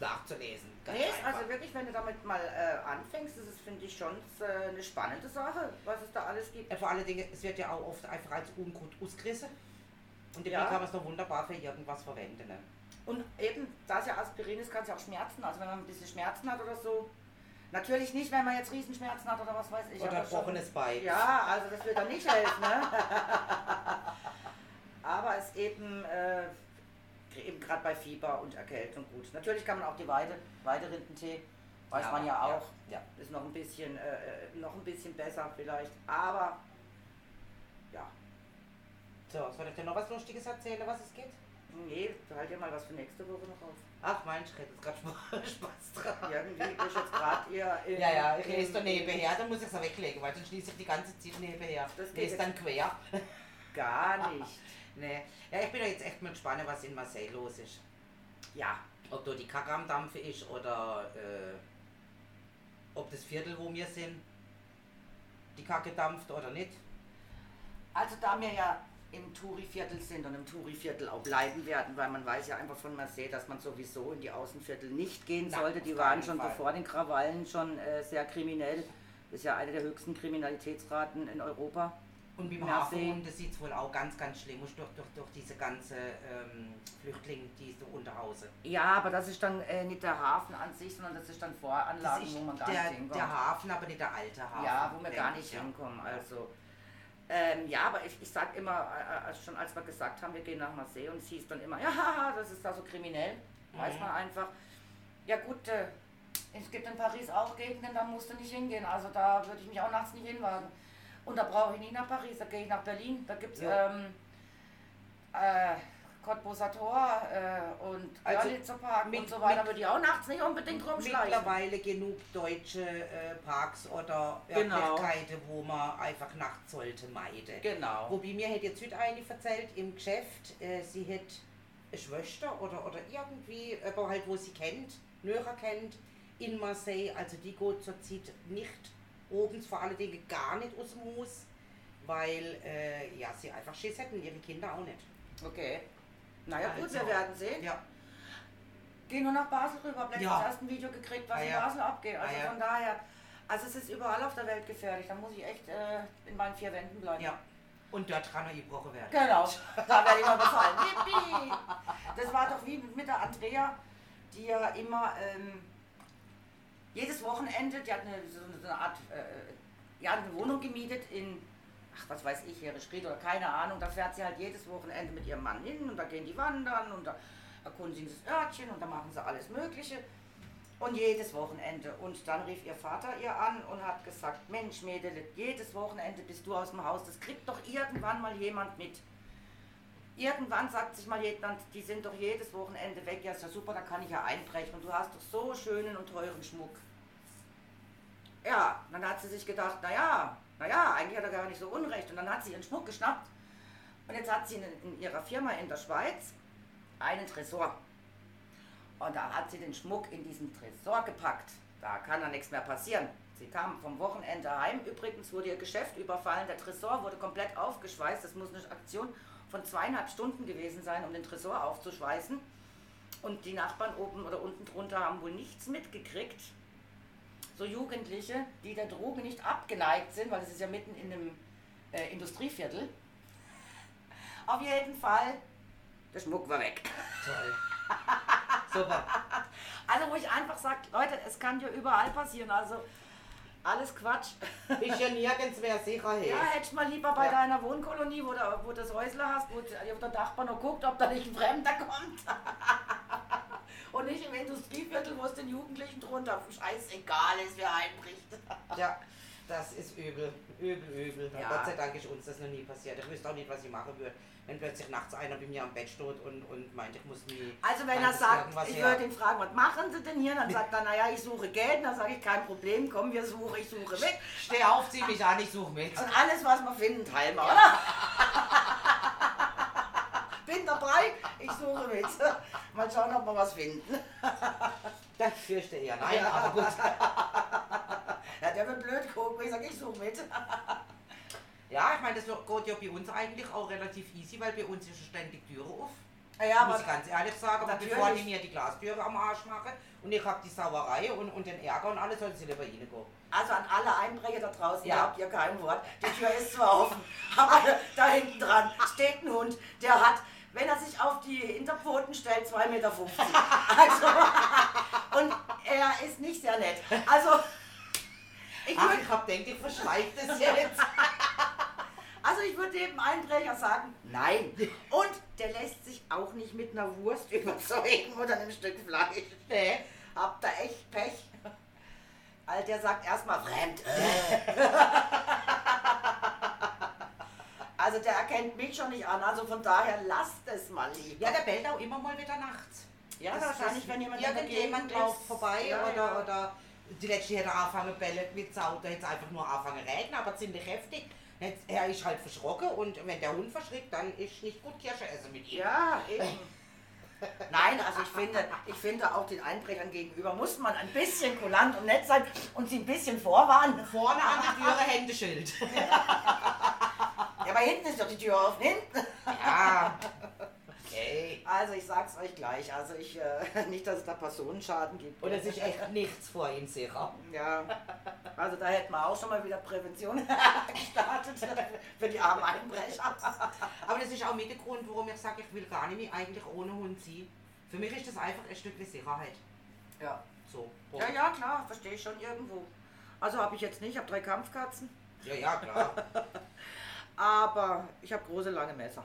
Nachzulesen. Ganz Nee, ist einfach. also wirklich, wenn du damit mal äh, anfängst, das ist, finde ich, schon äh, eine spannende Sache, was es da alles gibt. Ja, Vor allen Dingen, es wird ja auch oft einfach als Unkraut ausgerissen. Und Ja. ja. kann man es noch wunderbar für irgendwas verwenden. Ne? Und eben, da es ja Aspirin ist, kann es ja auch schmerzen. Also wenn man ein bisschen Schmerzen hat oder so. Natürlich nicht, wenn man jetzt Riesenschmerzen hat oder was weiß ich. Oder aber ein gebrochenes Bein. Ja, also das wird dann nicht helfen, ne? Aber es eben, äh, eben gerade bei Fieber und Erkältung gut. Natürlich kann man auch die Weide, Weiderindentee, weiß Ja, man ja auch, Ja, ist noch ein bisschen, äh, äh, noch ein bisschen besser vielleicht. Aber ja, So, soll ich dir noch was Lustiges erzählen, was es geht? nee, halt dir mal was für nächste Woche noch auf. Ach, mein Schritt ist gerade Spaß dran. irgendwie ist jetzt gerade ihr. in- Ah. Ja, ja, ich in- lese da nebenher, dann muss ich es weglegen, weil dann schließe ich die ganze Zeit nebenher. Das geht lese dann quer. Gar nicht. Nee. Ja, ich bin ja jetzt echt mal gespannt, was in Marseille los ist. Ja, Ob da die Kacke am Dampfen ist oder äh, ob das Viertel, wo wir sind, die Kacke dampft oder nicht. also da wir ja im Touri-Viertel sind und im Touri-Viertel auch bleiben werden, weil man weiß ja einfach von Marseille, dass man sowieso in die Außenviertel nicht gehen Nein, sollte. auf Die keinen waren schon Fall. bevor den Krawallen schon äh, sehr kriminell. Ist ja eine der höchsten Kriminalitätsraten in Europa. Und mit dem Marseille. Hafenrunde sieht es wohl auch ganz, ganz schlimm aus durch, durch, durch diese ganze ähm, Flüchtlinge, die so unterhausen. Ja, aber das ist dann äh, nicht der Hafen an sich, sondern das ist dann Das Voranlagen, ist wo man gar der, nicht hinkommt. der Hafen, aber nicht der alte Hafen. ja, wo wir denk gar ich, nicht ja. hinkommen. Also, ähm, ja, aber ich, ich sag immer, äh, äh, schon als wir gesagt haben, wir gehen nach Marseille und es hieß dann immer, ja, haha, das ist da so kriminell, weiß Mhm. man einfach. Ja gut, äh, es gibt in Paris auch Gegenden, da musst du nicht hingehen. Also da würde ich mich auch nachts nicht hinwagen. Und da brauche ich nicht nach Paris, da gehe ich nach Berlin. Da gibt es Ja. ähm, äh, Cottbuser Tor äh, und Also Görlitzer Park mit- und so weiter. mit- Würde ich auch nachts nicht unbedingt rumschleichen. Mittlerweile genug deutsche äh, Parks oder Genau. Örtlichkeiten, wo man einfach nachts sollte meiden. Genau. Wobei mir hat jetzt heute eine erzählt im Geschäft, äh, sie hat eine Schwester oder, oder irgendwie, aber halt wo sie kennt, näher kennt, in Marseille, also die geht zurzeit nicht obens, vor allen Dingen gar nicht aus dem Haus, weil äh, ja, sie einfach Schiss hätten, ihre Kinder auch nicht. Okay. Naja, gut, Also, wir werden sehen. Ja, Geh nur nach Basel rüber. Hab letztens Ja. erst ein Video gekriegt, was Ah, in ja. Basel abgeht. Also Ah, ja. von daher. Also es ist überall auf der Welt gefährlich. Da muss ich echt äh, in meinen vier Wänden bleiben. ja. Und dort kann er gebrochen werden. Genau. Da werde ich mal befallen. Yippie! Das war doch wie mit der Andrea, die ja immer ähm, jedes Wochenende, die hat eine, so eine- so eine Art, äh, ja, eine Wohnung gemietet in, ach was weiß ich, Herrischried oder keine Ahnung. Da fährt sie halt jedes Wochenende mit ihrem Mann hin und da gehen die wandern und da erkundigen sie das Örtchen und da machen sie alles Mögliche. Und jedes Wochenende. Und dann rief ihr Vater ihr an und hat gesagt, Mensch Mädel, jedes Wochenende bist du aus dem Haus, das kriegt doch irgendwann mal jemand mit. Irgendwann sagt sich mal jemand, die sind doch jedes Wochenende weg, ja ist ja super, da kann ich ja einbrechen und du hast doch so schönen und teuren Schmuck. Ja, dann hat sie sich gedacht, naja, naja, eigentlich hat er gar nicht so Unrecht. Und dann hat sie ihren Schmuck geschnappt und jetzt hat sie in, in ihrer Firma in der Schweiz einen Tresor. Und da hat sie den Schmuck in diesen Tresor gepackt. Da kann da nichts mehr passieren. Sie kam vom Wochenende heim. Übrigens wurde ihr Geschäft überfallen. Der Tresor wurde komplett aufgeschweißt. Das muss eine Aktion von zweieinhalb Stunden gewesen sein, um den Tresor aufzuschweißen. Und die Nachbarn oben oder unten drunter haben wohl nichts mitgekriegt. So Jugendliche, die der Droge nicht abgeneigt sind, weil es ist ja mitten in einem äh, Industrieviertel. Auf jeden Fall, der Schmuck war weg. Toll. Super. Also wo ich einfach sage, Leute, es kann ja überall passieren. Also alles Quatsch. Ist ja nirgends mehr sicher. Hey. Ja, hättest mal lieber bei Ja. deiner Wohnkolonie, wo du, wo du das Häusle hast, wo wo der Nachbar noch guckt, ob da nicht ein Fremder kommt. Und nicht im Industrieviertel, wo es den Jugendlichen drunter scheißegal ist, wer einbricht. Ja, das ist übel, übel, übel. Ja. Gott sei Dank ist uns das noch nie passiert. Ich wüsste auch nicht, was ich machen würde, wenn plötzlich nachts einer bei mir am Bett steht und, und meint, ich muss nie. Also meint, wenn er es sagt, irgendwas ich her. würde ihn fragen, was machen Sie denn hier? Dann sagt er, naja, ich suche Geld. Dann sage ich, kein Problem, komm, wir suchen, ich suche mit. Steh auf, zieh mich an, ich suche mit. Und alles, was wir finden, teilen wir, oder? Bin dabei, ich suche mit. Mal schauen, ob wir was finden. Das fürchte ich ja. Nein, Ja. aber gut. Ja, der wird blöd gucken, ich sage, ich suche mit. Ja, ich meine, das geht ja bei uns eigentlich auch relativ easy, weil bei uns ist ja ständig Türe auf. Ja, Muss aber ich ganz ehrlich sagen, aber Natürlich. bevor die mir die Glastüre am Arsch machen und ich habe die Sauerei und, und den Ärger und alles, sollen sie lieber reingehen. also an alle Einbrecher da draußen, Ja. glaubt ihr kein Wort. Die Tür ist zwar offen, aber da hinten dran steht ein Hund, der hat, wenn er sich auf die Hinterpfoten stellt, 2,50 Meter. Also, und er ist nicht sehr nett. Also, ich Ach, würde ich hab denkt, ich verschweige das jetzt. Also ich würde dem Einträger sagen, nein. Und der lässt sich auch nicht mit einer Wurst überzeugen oder einem Stück Fleisch. Nee. Habt da echt Pech. Alter, der sagt erstmal fremd. Äh. Also der erkennt mich schon nicht an. Also von daher lasst es mal lieber. Ja, der bellt auch immer mal wieder nachts. Ja, Das- wahrscheinlich, das- wenn jemand in der Irgendjemand Gegend läuft ist. vorbei Ja, oder, ja. oder die letzte hätte angefangen bellen mit Sau, da hätte einfach nur angefangen zu reden, aber ziemlich heftig. Jetzt, er ist halt verschrocken und wenn der Hund verschrickt, dann ist nicht gut Kirsche essen mit ihm. Ja, eben. Nein, also ich finde, ich finde auch den Einbrechern gegenüber muss man ein bisschen kulant und nett sein und sie ein bisschen vorwarnen. Vorne an der Türe Händeschild. Ja, aber hinten ist doch die Tür offen. Hinten. ja. Okay. Also ich sag's euch gleich. Also ich, äh, nicht, dass es da Personenschaden gibt. Und es ist echt nichts vor ihm sicher. Ja, also da hätten wir auch schon mal wieder Prävention gestartet für die armen Einbrecher. Aber das ist auch mit der Grund, warum ich sage, ich will gar nicht mehr eigentlich ohne Hund sein. Für mich ist das einfach ein Stück Sicherheit. Ja, So. ja, ja klar, verstehe ich schon irgendwo. Also habe ich jetzt nicht, ich habe drei Kampfkatzen, ja, ja, klar. aber ich habe große, lange Messer.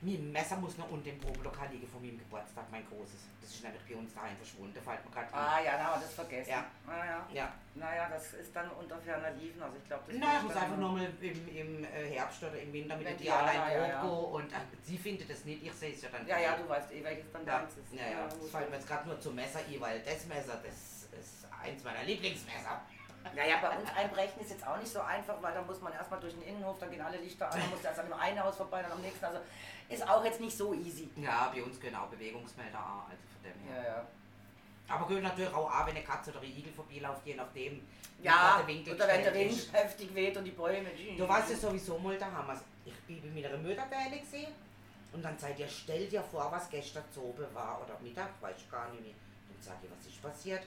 Mein Messer muss noch unten im Probelokal liegen von meinem Geburtstag, mein großes. Das ist nämlich bei uns daheim verschwunden, fällt mir gerade ein. Ah ja, da haben wir das vergessen. Ah Ja. Naja. Ja. naja, das ist dann unter ferner Liefen, also ich glaube, das Na, ich wird muss dann- einfach nochmal im, im äh, Herbst oder im Winter mit Wenn der die Diana Diana, ja, in ja. Probe und äh, sie findet das nicht, ich sehe es ja dann. Ja, ja, du weißt eh, welches dann ja. deins ist. Ja, ja. gut. Das fällt mir jetzt gerade nur zum Messer ein, weil das Messer, das ist eins meiner Lieblingsmesser. Naja, bei uns einbrechen ist jetzt auch nicht so einfach, weil da muss man erstmal durch den Innenhof, dann gehen alle Lichter an, dann muss erst an dem einen Haus vorbei, dann am nächsten. Also ist auch jetzt nicht so easy. Ja, bei uns gehen auch Bewegungsmelder an, also von dem her. ja. Aber gehört natürlich auch an, wenn eine Katze oder ein Igel vorbeiläuft, je nachdem, wie Ja, gerade der Winkel oder wenn der gestellt Wind ist. heftig weht und die Bäume. Du weißt ja sowieso mal, da haben wir's. Ich bin bei meiner Mutter bei gesehen und dann sagt ihr, stell dir vor, was gestern zu oben war oder Mittag, weiß ich gar nicht mehr. Dann sage ich, was ist passiert?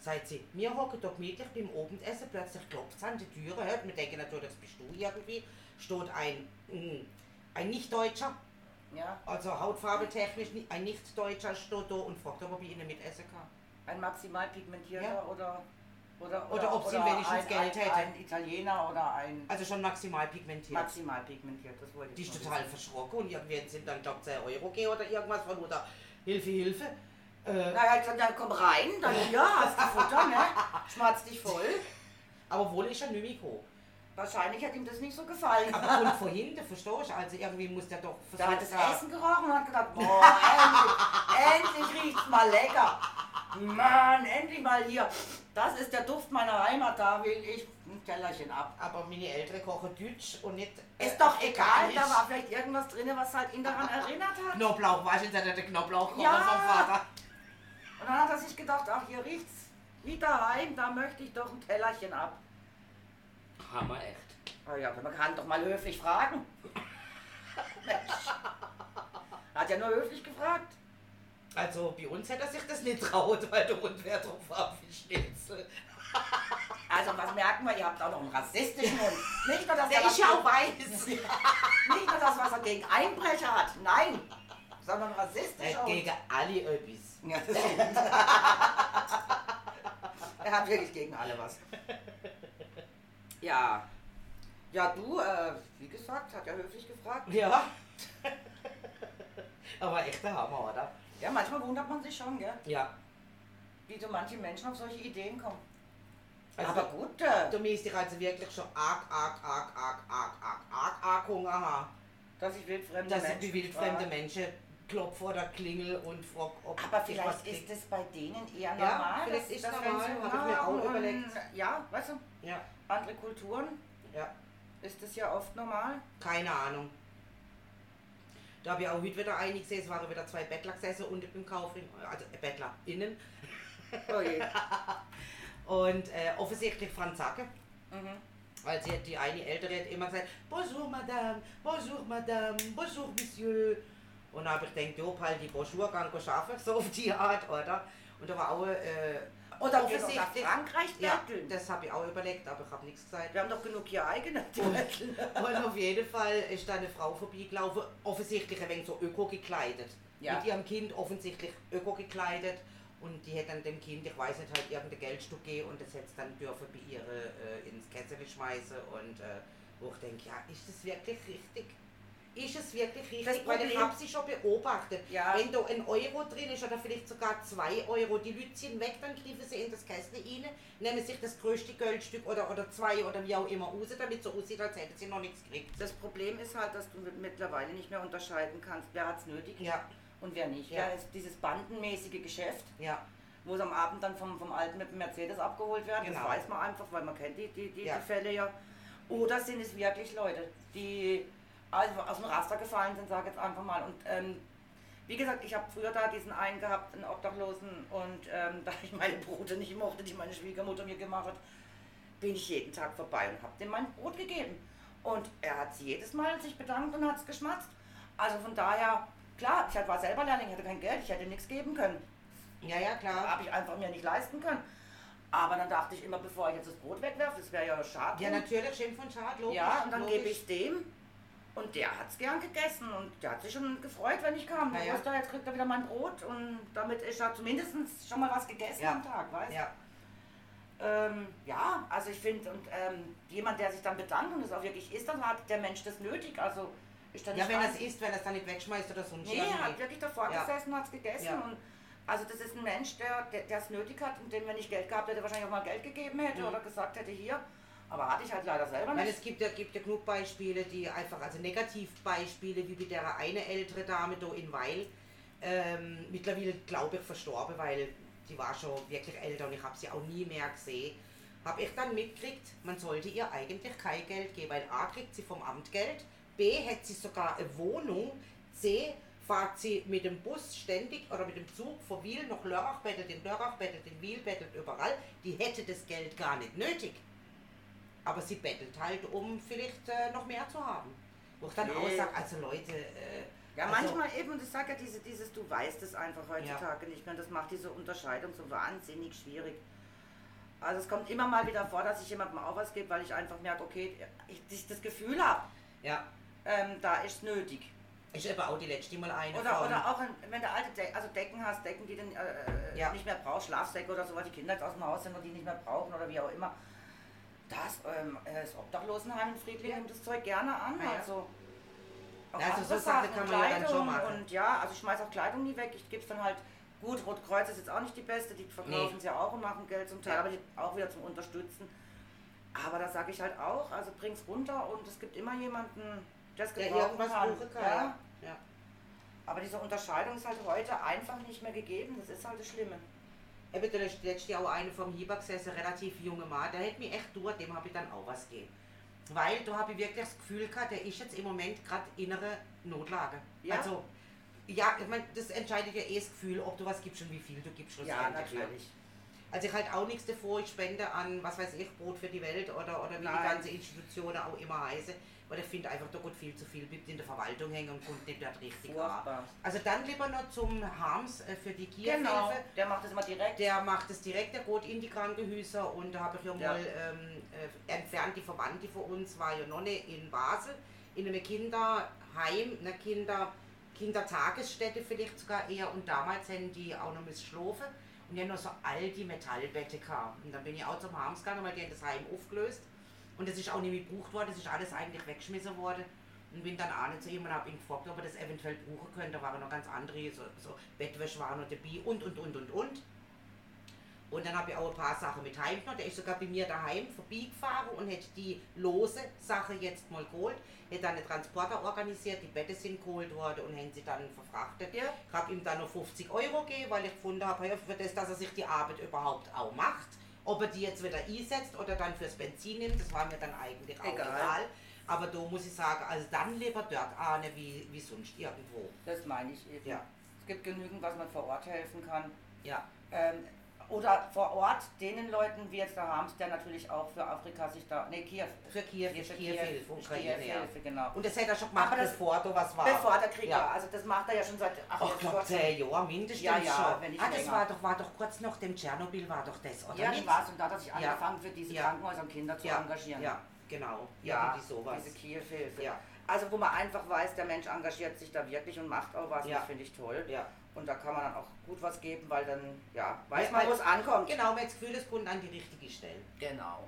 Sagt sie, mir hocken doch gemütlich beim Abendessen, plötzlich klopft an die Türe, hört, wir denken natürlich, das bist du irgendwie, steht ein, mm, ein Nicht-Deutscher, Ja, also Hautfarbe technisch, ni- ein Nicht-Deutscher steht da und fragt, ob er bei ihnen mitessen kann. ein maximal pigmentierter Ja. oder, oder, Oder ob sie wenigstens ein, Geld ein, hätte. Ein Italiener oder ein Also schon maximal pigmentiert. maximal pigmentiert, das wollte ich Die ist nur total verschrocken und irgendwann sind dann, glaube ich, 10 Euro gegeben oder irgendwas von Mutter. Hilfe, Hilfe. Äh, wissen. Na, er hat gesagt, dann komm rein, dann ja, hast du Futter, ne? Schmatz dich voll. Aber wohl ist er nicht mehr gekommen. Wahrscheinlich hat ihm das nicht so gefallen. Aber von vorhin, da verstehst du, also irgendwie muss der doch Da hat das da- Essen gerochen und hat gedacht, boah, endlich, endlich riecht's mal lecker. Mann, endlich mal hier. Das ist der Duft meiner Heimat, da will ich ein Tellerchen ab. Aber meine Eltern kochen Deutsch und nicht. Ist doch Äh, egal, da war. war vielleicht irgendwas drin, was halt ihn daran erinnert hat. Knoblauch, weißt du, jetzt hat er den Knoblauch gekocht Ja. vom Vater. Und dann hat er sich gedacht, ach, hier riecht's wie daheim, da möchte ich doch ein Tellerchen ab. Hammer echt. Ah ja, aber man kann doch mal höflich fragen. Mensch. Hat ja nur höflich gefragt. Also bei uns hätte er sich das nicht traut, weil der Hund wäre drauf ab wie Schnitzel. Also, was merken wir? Ihr habt auch noch einen rassistischen Hund. Nicht nur, dass Der was ist ja gegen- auch weiß. Ja. Nicht nur das, was er gegen Einbrecher hat, nein, sondern rassistisch auch. Äh, Gegen alle Öbis. Ja, das stimmt. er hat wirklich gegen alle was. Ja. Ja, du, äh, wie gesagt, hat ja höflich gefragt. Ja. Aber echter Hammer, oder? Ja, manchmal wundert man sich schon, gell, Ja. wie so manche Menschen auf solche Ideen kommen. Also Aber gut, äh, Du misst dich also wirklich schon arg, arg, arg, arg, arg, arg, arg, arg Hunger haben. dass ich wildfremde Dass Menschen ich wildfremde frage. Menschen klopfe oder klingel und frage, ob Aber ich was vielleicht krieg. ist es bei denen eher normal. Ja, vielleicht dass- ist dass normal, wenn sie hab ich mir Hunger auch haben überlegt. und- Ja, weißt du, Ja, andere Kulturen ja. ist das ja oft normal. Keine Ahnung. Da habe ich auch heute wieder einig gesehen, es waren wieder zwei Bettler gesessen unten im Kaufring, also äh, Bettler innen. Oh je. Und äh, offensichtlich Franzacke. Mhm. Weil sie, die eine Ältere hat immer gesagt, Bonjour Madame, Bonjour Madame, Bonjour Monsieur. Und dann habe ich gedacht, jo, halt die Bonjour kann ich arbeiten, so auf die Art, oder? Und da war auch, äh, Oder wir doch nach Offensichtlich- Frankreich ja, betteln. das habe ich auch überlegt, aber ich habe nichts gesagt. wir haben doch genug hier eigene die betteln. Und auf jeden Fall ist da eine Frau vorbeigelaufen, offensichtlich ein wenig so öko gekleidet. Ja. Mit ihrem Kind offensichtlich öko gekleidet. Und die hat dann dem Kind, ich weiß nicht, halt irgendein Geldstück gegeben und das hätte es dann dürfen bei ihre äh, ins Kätzchen schmeißen. Und äh, wo ich denke, ja, ist das wirklich richtig? Ist es wirklich richtig? Das Weil ich Problem- habe sie schon beobachtet. Ja. Wenn da ein Euro drin ist oder vielleicht sogar zwei Euro, die Leute ziehen weg, dann greifen sie in das Kästchen rein, nehmen sich das größte Geldstück oder, oder zwei oder wie auch immer raus, damit so aussieht, als hätten sie noch nichts gekriegt. Das Problem ist halt, dass du mit- mittlerweile nicht mehr unterscheiden kannst, wer hat's nötig Ja, und wer nicht. Ja. Ja. ist dieses bandenmäßige Geschäft, Ja, wo sie am Abend dann vom, vom Alten mit dem Mercedes abgeholt werden. Genau. Das weiß man einfach, weil man kennt die, die, die, Ja. die Fälle ja. Oder sind es wirklich Leute, die also aus dem Raster gefallen sind, sage ich jetzt einfach mal. Und ähm, wie gesagt, ich habe früher da diesen einen gehabt, einen Obdachlosen, und ähm, da ich meine Brote nicht mochte, die meine Schwiegermutter mir gemacht hat, bin ich jeden Tag vorbei und habe dem mein Brot gegeben. Und er hat jedes Mal sich bedankt und hat es geschmatzt. Also von daher, klar, ich war selber Lehrling, hatte kein Geld, ich hätte ihm nichts geben können ja, ja klar. habe ich einfach mir nicht leisten können. Aber dann dachte ich immer, bevor ich jetzt das Brot wegwerfe, das wäre ja schade. Ja, natürlich, Schimpf und Schad, logisch. Ja, und dann logisch. gebe ich dem. Und der hat es gern gegessen und der hat sich schon gefreut, wenn ich kam. Na ja. Ja, da, jetzt kriegt er wieder mein Brot und damit ist er zumindest schon mal was gegessen Ja. am Tag, weißt du? Ja, Ähm, ja, also ich finde, und ähm, jemand, der sich dann bedankt und das auch wirklich isst, dann hat der Mensch das nötig. Also ist dann ja nicht wenn ein- das isst, wenn das dann nicht wegschmeißt oder so ein Nee, er hat wirklich davor Ja. gesessen, hat es gegessen. Ja. Und also das ist ein Mensch, der es der, der's nötig hat und dem, wenn ich Geld gehabt hätte, wahrscheinlich auch mal Geld gegeben hätte Mhm. oder gesagt hätte, hier. Aber hatte ich halt leider selber Weil nicht. es gibt ja, gibt ja genug Beispiele, die einfach, also Negativbeispiele, wie mit der eine ältere Dame da in Weil, ähm, mittlerweile glaube ich verstorben, weil die war schon wirklich älter und ich habe sie auch nie mehr gesehen. Habe ich dann mitgekriegt, man sollte ihr eigentlich kein Geld geben, weil A kriegt sie vom Amt Geld, B hat sie sogar eine Wohnung, C fährt sie mit dem Bus ständig oder mit dem Zug von Wiel nach Lörrach, bettelt in Lörrach, bettelt in Wiel, bettelt überall, die hätte das Geld gar nicht nötig. Aber sie bettelt halt, um vielleicht äh, noch mehr zu haben. Wo ich dann Nee. auch sage, also Leute, äh, Ja, also- manchmal eben, und ich sage ja, diese, dieses, du weißt es einfach heutzutage nicht mehr. Und das macht diese Unterscheidung so wahnsinnig schwierig. Also es kommt immer mal wieder vor, dass ich jemandem auch was gebe, weil ich einfach merke, okay, ich, ich das Gefühl habe, ja, ähm, da ist nötig. ich habe auch die letzte Mal eine Oder, von- oder auch, in- wenn du alte De also Decken hast, Decken, die du äh, Ja. nicht mehr brauchst, Schlafsäcke oder so, weil die Kinder jetzt aus dem Haus sind und die nicht mehr brauchen oder wie auch immer. Das, ähm, äh, das Obdachlosenheim in Friedling Ja. nimmt das Zeug gerne an. Ja, ja. Also, auch Ja, also andere so Sachen Sachen, kann man ja dann schon Kleidung machen. Und ja, also ich schmeiß auch Kleidung nie weg. Ich gebe es dann halt, gut, Rotkreuz ist jetzt auch nicht die beste, die verkaufen Nee. es ja auch und machen Geld zum Teil, Ja. aber die auch wieder zum Unterstützen. Aber das sage ich halt auch, also bring's runter und es gibt immer jemanden, der es der gebrauchen irgendwas kann. buchen kann. Ja. Ja. Ja. Aber diese Unterscheidung ist halt heute einfach nicht mehr gegeben. Das ist halt das Schlimme. Eben, da ist letzte auch eine vom Hieber gesessen, ein relativ junger Mann, der hat mich echt durch, dem habe ich dann auch was gegeben. Weil da habe ich wirklich das Gefühl gehabt, der ist jetzt im Moment gerade innere Notlage. Ja. Also, ja, ich meine, das entscheidet ja eh das Gefühl, ob du was gibst und wie viel du gibst ne? Also ich halt auch nichts davor, ich spende an, was weiß ich, Brot für die Welt oder, oder wie die Nein. ganze Institution auch immer heiße. Weil ich finde einfach, da geht viel zu viel, bleibt in der Verwaltung hängen und kommt nicht dort richtig an. Furchtbar. Also dann lieber noch zum Harms äh, für die Kirche. Genau. Der macht das immer direkt. Der macht es direkt, der geht in die Krankenhäuser und da habe ich ja Ja. mal ähm, äh, entfernt, die Verwandte von uns war ja Nonne in Basel, in einem Kinderheim, einer Kinder, Kindertagesstätte vielleicht sogar eher und damals hätten die auch noch müssen schlafen und die haben noch so all die Metallbette gehabt. Und dann bin ich auch zum Harms gegangen, weil die haben das Heim aufgelöst und das ist auch nicht mehr gebraucht worden, das ist alles eigentlich weggeschmissen worden. Und bin dann auch nicht zu ihm und habe ihn gefragt, ob er das eventuell brauchen könnte. Da waren noch ganz andere, so, so Bettwäsche waren noch dabei und, und, und, und, und. Und dann habe ich auch ein paar Sachen mit heimgenommen. Der ist sogar bei mir daheim vorbeigefahren und hätte die lose Sache jetzt mal geholt. Hätte dann einen Transporter organisiert, die Bette sind geholt worden und haben sie dann verfrachtet. Ja. Ich habe ihm dann noch 50 Euro gegeben, weil ich gefunden habe, ja, für das, dass er sich die Arbeit überhaupt auch macht. Ob er die jetzt wieder einsetzt oder dann fürs Benzin nimmt, das war mir dann eigentlich auch egal. Egal. Aber da muss ich sagen, also dann lieber dort ahne wie, wie sonst irgendwo. Das meine ich eben. Ja. Es gibt genügend, was man vor Ort helfen kann. Ja, Ähm, oder vor Ort denen Leuten, wie jetzt der Harms, der natürlich auch für Afrika sich da. Ne, Kiew. für Kiew, Kiew, für Kiew, Kiew, Ukraine, Kiew, ja. Hilfe, genau. Und das hätte er schon gemacht, Aber das- bevor da was war. Bevor der Krieg Ja. war. Also das macht er ja Oh schon seit ach, Ach, Gott, ja, zehn Jahre mindestens Ja, ja, schon. wenn nicht ah, das länger. war doch, war doch kurz nach dem Tschernobyl, war doch das, oder ja nicht? war es und da hat er sich Ja. angefangen, für diese Ja. Krankenhäuser und Kinder zu ja, engagieren. ja, genau. Ja, irgendwie sowas. diese Kielhilfe. Ja. Also wo man einfach weiß, der Mensch engagiert sich da wirklich und macht auch was, Ja. das finde ich toll. Ja. Und da kann man dann auch gut was geben, weil dann, ja, weiß Ja, man, weil- wo es ankommt. Genau, man hat das Gefühl, es kommt an die richtige Stelle. Genau.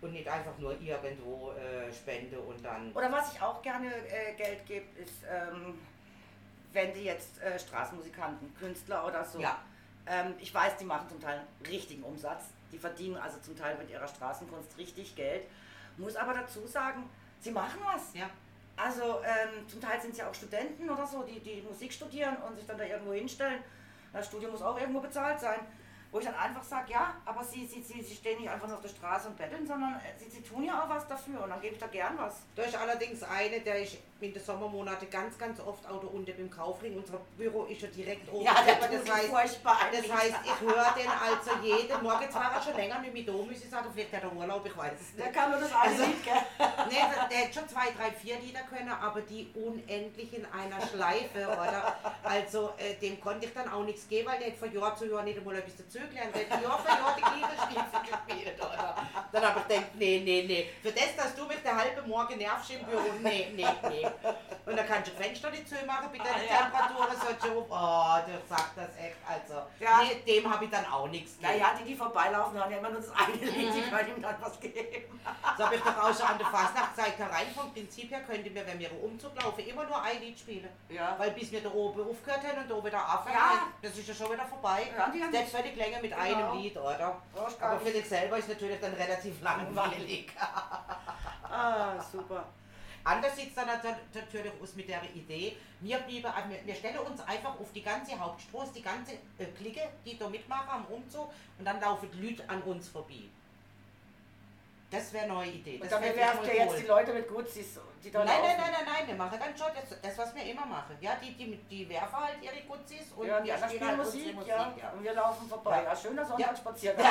Und nicht einfach nur irgendwo äh, Spende und dann. Oder was ich auch gerne äh, Geld gebe, ist, ähm, wenn die jetzt äh, Straßenmusikanten, Künstler oder so, Ja. ähm, ich weiß, die machen zum Teil richtigen Umsatz, die verdienen also zum Teil mit ihrer Straßenkunst richtig Geld, muss aber dazu sagen, sie machen was. Ja, Also ähm, zum Teil sind es ja auch Studenten oder so, die, die Musik studieren und sich dann da irgendwo hinstellen. Das Studium muss auch irgendwo bezahlt sein. Wo ich dann einfach sage, ja, aber sie, sie, sie, sie stehen nicht einfach nur auf der Straße und betteln, sondern äh, sie, sie tun ja auch was dafür und dann gebe ich da gern was. Da ist allerdings eine, der ich in den Sommermonaten ganz, ganz oft Auto unter dem Kaufring. Unser Büro ist ja direkt Oh, oben. drüber. das, heißt, furchtbar das heißt, ich höre den also jeden Morgen. Jetzt war er schon länger nicht mit da, muss ich sagen. Vielleicht hat er Urlaub, ich weiß es nicht. da kann man das alles Also- nicht, gell? Nee, der hätte schon zwei, drei, vier Lieder können, aber die unendlich in einer Schleife, oder? Also, äh, dem konnte ich dann auch nichts geben, weil der hätte von Jahr zu Jahr nicht einmal ein bisschen zögern. Der hätte Jahr für Jahr die gleiche Stiefel gespielt, oder? Dann habe ich gedacht, nee, nee, nee. Für das, dass du mich der halbe Morgen nervst im Büro, nee, nee, nee. Und dann kannst du das Fenster nicht zumachen, bitte die Temperaturen so hoch. Oh, der sagt das echt. Also, Ja. nee, dem habe ich dann auch nichts gegeben. Naja, die, die vorbeilaufen, haben ja immer nur das eine Lied, die können ihm dann was geben. So habe ich doch auch schon an der Fastnachtzeit herein. Vom Prinzip her könnte mir, wenn wir Umzug laufen, immer nur ein Lied spielen. Ja. Weil bis wir da oben aufgehört haben und da wieder anfangen, Ja. das ist ja schon wieder vorbei. Ja, die haben- Selbst völlig länger mit Genau. einem Lied, oder? Brauchst gar Aber für nicht. dich selber ist natürlich dann relativ langweilig. Ah, super. Anders sieht es dann nat- natürlich aus mit der Idee, wir, blieben, äh, wir, wir stellen uns einfach auf die ganze Hauptstraße, die ganze äh, Clique, die da mitmachen am Umzug und dann laufen die Leute an uns vorbei. Das wäre eine neue Idee. Und Das damit fällt mir werft voll ihr jetzt wohl. die Leute mit Gutsis, die da Nein, nein, laufen. nein, nein, nein, wir machen dann schon das, das was wir immer machen. Ja, die, die, die werfen halt ihre Gutzis und Ja, die wir spielen anderen spielen halt unsere Musik, ja. Und wir laufen vorbei. Ja. Ja, schöner Sonntagsspaziergang.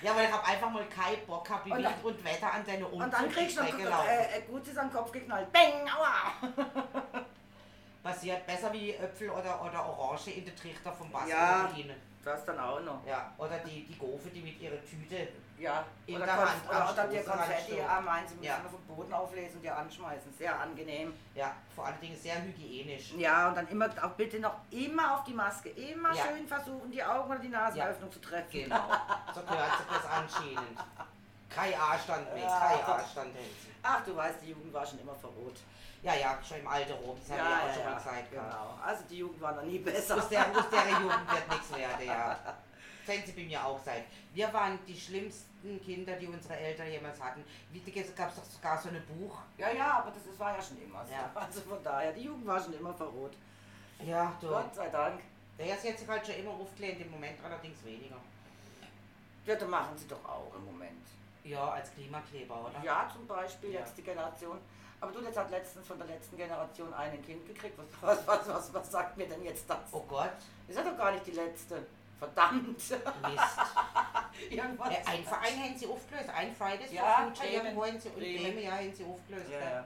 Ja, weil ich habe einfach mal keinen Bock, hab wie Und Wind dann- und Wetter an deine Umzug Und dann kriegst du noch gelaufen. äh, äh, Gutes am Kopf geknallt. Beng, aua! Passiert besser wie Äpfel oder, oder Orange in den Trichter vom Wasser Ja. oder innen. Das dann auch noch. Ja, oder die, die Gofe, die mit ihrer Tüte. Ja. In oder der Konf- Hand oder, oder anstoßen, dir Konfetti anstoßen. ja, meinen, sie müssen Ja. ja. vom Boden auflesen und dir anschmeißen. Sehr angenehm. Ja, vor allen Dingen sehr hygienisch. Ja, und dann immer auch bitte noch immer auf die Maske. Immer Ja. schön versuchen, die Augen oder die Nasenöffnung zu treffen. Genau, so gehört sich das anscheinend. Kein A-Stand mehr, Ja. kein A-Stand hinten. Ach, du weißt, die Jugend war schon immer verrot. Ja, ja, schon im Alter rum, das habe ich auch schon mal Zeit gehabt. genau. Also die Jugend war noch nie besser. Aus der, aus der Jugend wird nichts werden, ja. Sehen Sie bei mir auch sein. Wir waren die schlimmsten Kinder, die unsere Eltern jemals hatten. Es gab doch sogar so ein Buch. Ja, ja, aber das, das war ja schon immer so. Ja. Also von daher, die Jugend war schon immer verrot. Ja, du. Gott sei Dank. Der ist jetzt halt schon immer aufgelehnt, im Moment allerdings weniger. Ja, das machen sie doch auch im Moment. Ja, als Klimakleber, oder? Ja, zum Beispiel Ja. jetzt die Generation. Aber du, jetzt hat letztens von der letzten Generation ein ein Kind gekriegt. Was, was, was, was, was sagt mir denn jetzt das? Oh Gott, Ist ja doch gar nicht die letzte. Verdammt. Mist. Irgendwas. Äh, ein Verein haben sie aufgelöst, ein Fridays Ja, for Future, Bremen. irgendwo haben sie, und Bremen. Bremen, ja, haben sie aufgelöst. Ja, gell? ja.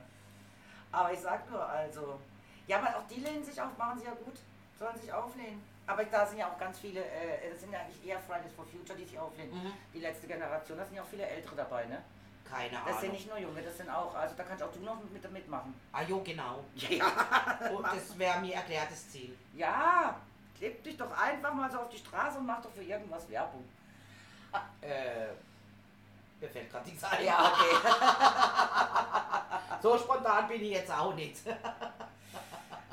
Aber ich sag nur, also. Ja, aber auch die lehnen sich auf, machen sie ja gut. Sollen sich auflehnen. Aber da sind ja auch ganz viele, äh, das sind ja eigentlich eher Fridays for Future, die sich auflehnen. Mhm. Die letzte Generation, da sind ja auch viele Ältere dabei, ne? Keine Das sind Ahnung. nicht nur Junge, das sind auch, also da kannst auch du noch mit, mitmachen. Ah, jo, genau. Ja, Und das wäre mir erklärtes Ziel. ja, kleb dich doch einfach mal so auf die Straße und mach doch für irgendwas Werbung. Äh, mir fällt gerade nichts ein. okay. So spontan bin ich jetzt auch nicht.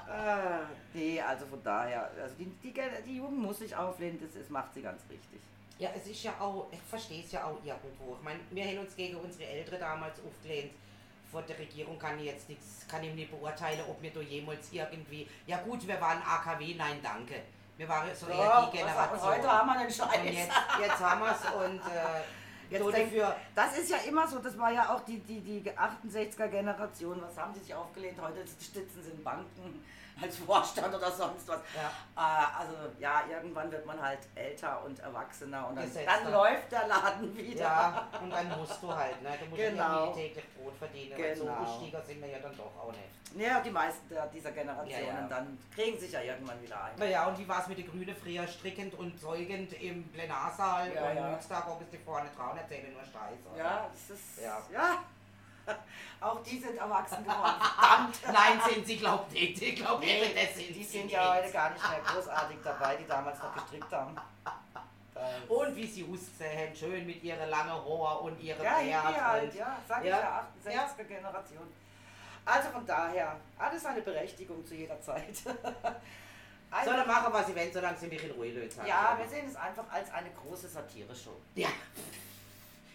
äh, nee, also von daher, also die, die, Gen- die Jugend muss sich auflehnen, das, das macht sie ganz richtig. Ja, es ist ja auch, ich verstehe es ja auch irgendwo. Ich meine, wir haben uns gegen unsere Eltern damals aufgelehnt. Vor der Regierung kann ich jetzt nichts, kann ich nicht beurteilen, ob wir da jemals irgendwie. Ja gut, wir waren AKW, nein danke. Wir waren so eher die Oh, was hat- und Generation. heute haben wir einen und Scheiß. jetzt, jetzt haben wir es und äh, Jetzt so denkt- dafür. Das ist ja immer so, das war ja auch die, die, die 68er Generation, was haben die sich aufgelehnt? Heute sitzen sie in Banken als Vorstand oder sonst was. Ja. Ah, also ja, irgendwann wird man halt älter und erwachsener und dann, Gesetzter. dann läuft der Laden wieder. Ja, und dann musst du halt, ne? Du musst ja Genau. irgendwie täglich Brot verdienen. Weil so Genau. Bestieger sind wir ja dann doch auch nicht. Ja, die meisten der, dieser Generationen Ja, ja. dann kriegen sich ja irgendwann wieder ein. Naja, und wie war es mit den Grünen früher? Strickend und zeugend im Plenarsaal Ja, und ja. Nütztag guckst du vorne drauf und erzählen nur Scheiße. Ja, das ist Ja. ja. Auch die sind erwachsen geworden. Verdammt. Nein, sind sie, glaubt nicht. Ich glaube, Nee, das sind die sie sind nicht. ja heute gar nicht mehr großartig dabei, die damals noch gestrickt haben. Das- Und wie sie aussehen, schön mit ihren langen Rohr und ihren Ja, Bärten. Hippie halt, ja, sag Ja. ich ja, 68er Generation. Also von daher, alles eine Berechtigung zu jeder Zeit. Also, Sollen machen, was sie wollen, solange sie mich in Ruhe lösen. ja, wir sehen es einfach als eine große Satire-Show. ja.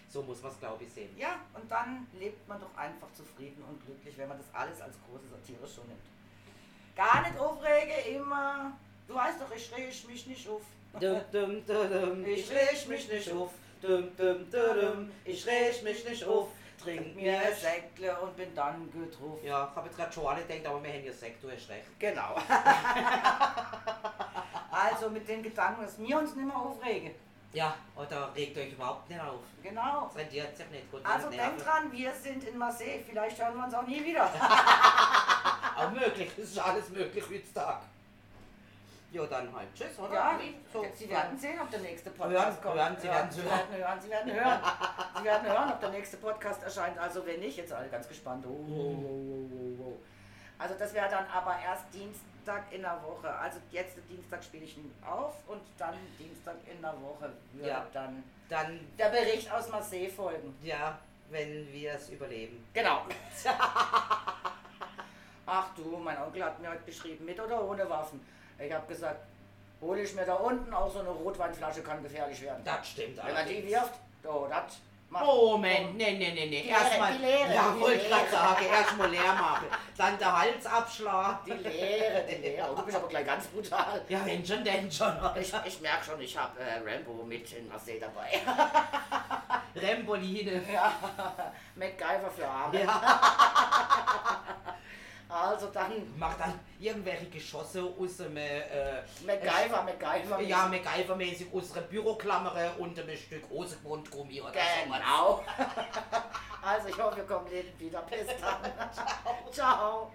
So muss man es, glaube ich, sehen. Ja, und dann lebt man doch einfach zufrieden und glücklich, wenn man das alles als große Satire schon nimmt. Gar nicht aufregen, immer. Du weißt doch, ich rege mich nicht auf. Dum, dum, dum, dum. Ich reg mich nicht auf. Dum, dum, dum, dum. Ich reg mich nicht auf. Trink mir ein Säckle und bin dann getroffen. Ja, ich habe jetzt gerade schon alle gedacht, aber wir haben ja Sekt, du hast recht. Genau. also mit den Gedanken, dass wir uns nicht mehr aufregen. Ja, oder regt euch überhaupt nicht auf. Genau. Das rentiert sich nicht gut. Also das denk nervt. dran, wir sind in Marseille. Vielleicht hören wir uns auch nie wieder. Auch möglich, es ist alles möglich heutzutage. Ja, dann halt tschüss, oder? Ja, so. Sie werden sehen, ob der nächste Podcast Hören, kommt. hören, Sie werden Sie hören. werden hören, Sie werden hören. Sie werden hören, ob der nächste Podcast erscheint. Also wenn nicht, jetzt alle ganz gespannt. Oh, oh, oh, oh, oh, oh. Also das wäre dann aber erst Dienstag in der Woche. Also jetzt Dienstag spiele ich ihn auf und dann Dienstag in der Woche wird Ja. dann Dann, der Bericht aus Marseille folgen. ja, wenn wir es überleben. Genau. Ach du, mein Onkel hat mir heute geschrieben, mit oder ohne Waffen. Ich habe gesagt, hole ich mir da unten auch so eine Rotweinflasche, kann gefährlich werden. Das stimmt Wenn man die allerdings. wirft, so, das macht. Moment, nee, nee, nee, nee. Die Erstmal, Lehre, die Lehre, ja, die wollte gerade Lehre. sagen, erstmal leer machen. Dann der Halsabschlag. Oh, Die Lehre, die Lehre. Oh, Du bist aber gleich ganz brutal. Ja, wenn schon, denn schon. Ich, ich merke schon, ich habe äh, Rambo mit in Marseille dabei. Remboline. Ja, MacGyver für Arme. Ja. Also dann Macht dann irgendwelche Geschosse aus dem, äh, MacGyver, MacGyver. ja, MacGyver-mäßig aus einer Büroklammer und einem Stück Rosengrundgummi oder so was. Genau. Also ich hoffe, wir kommen wieder. Bis dann. Ciao.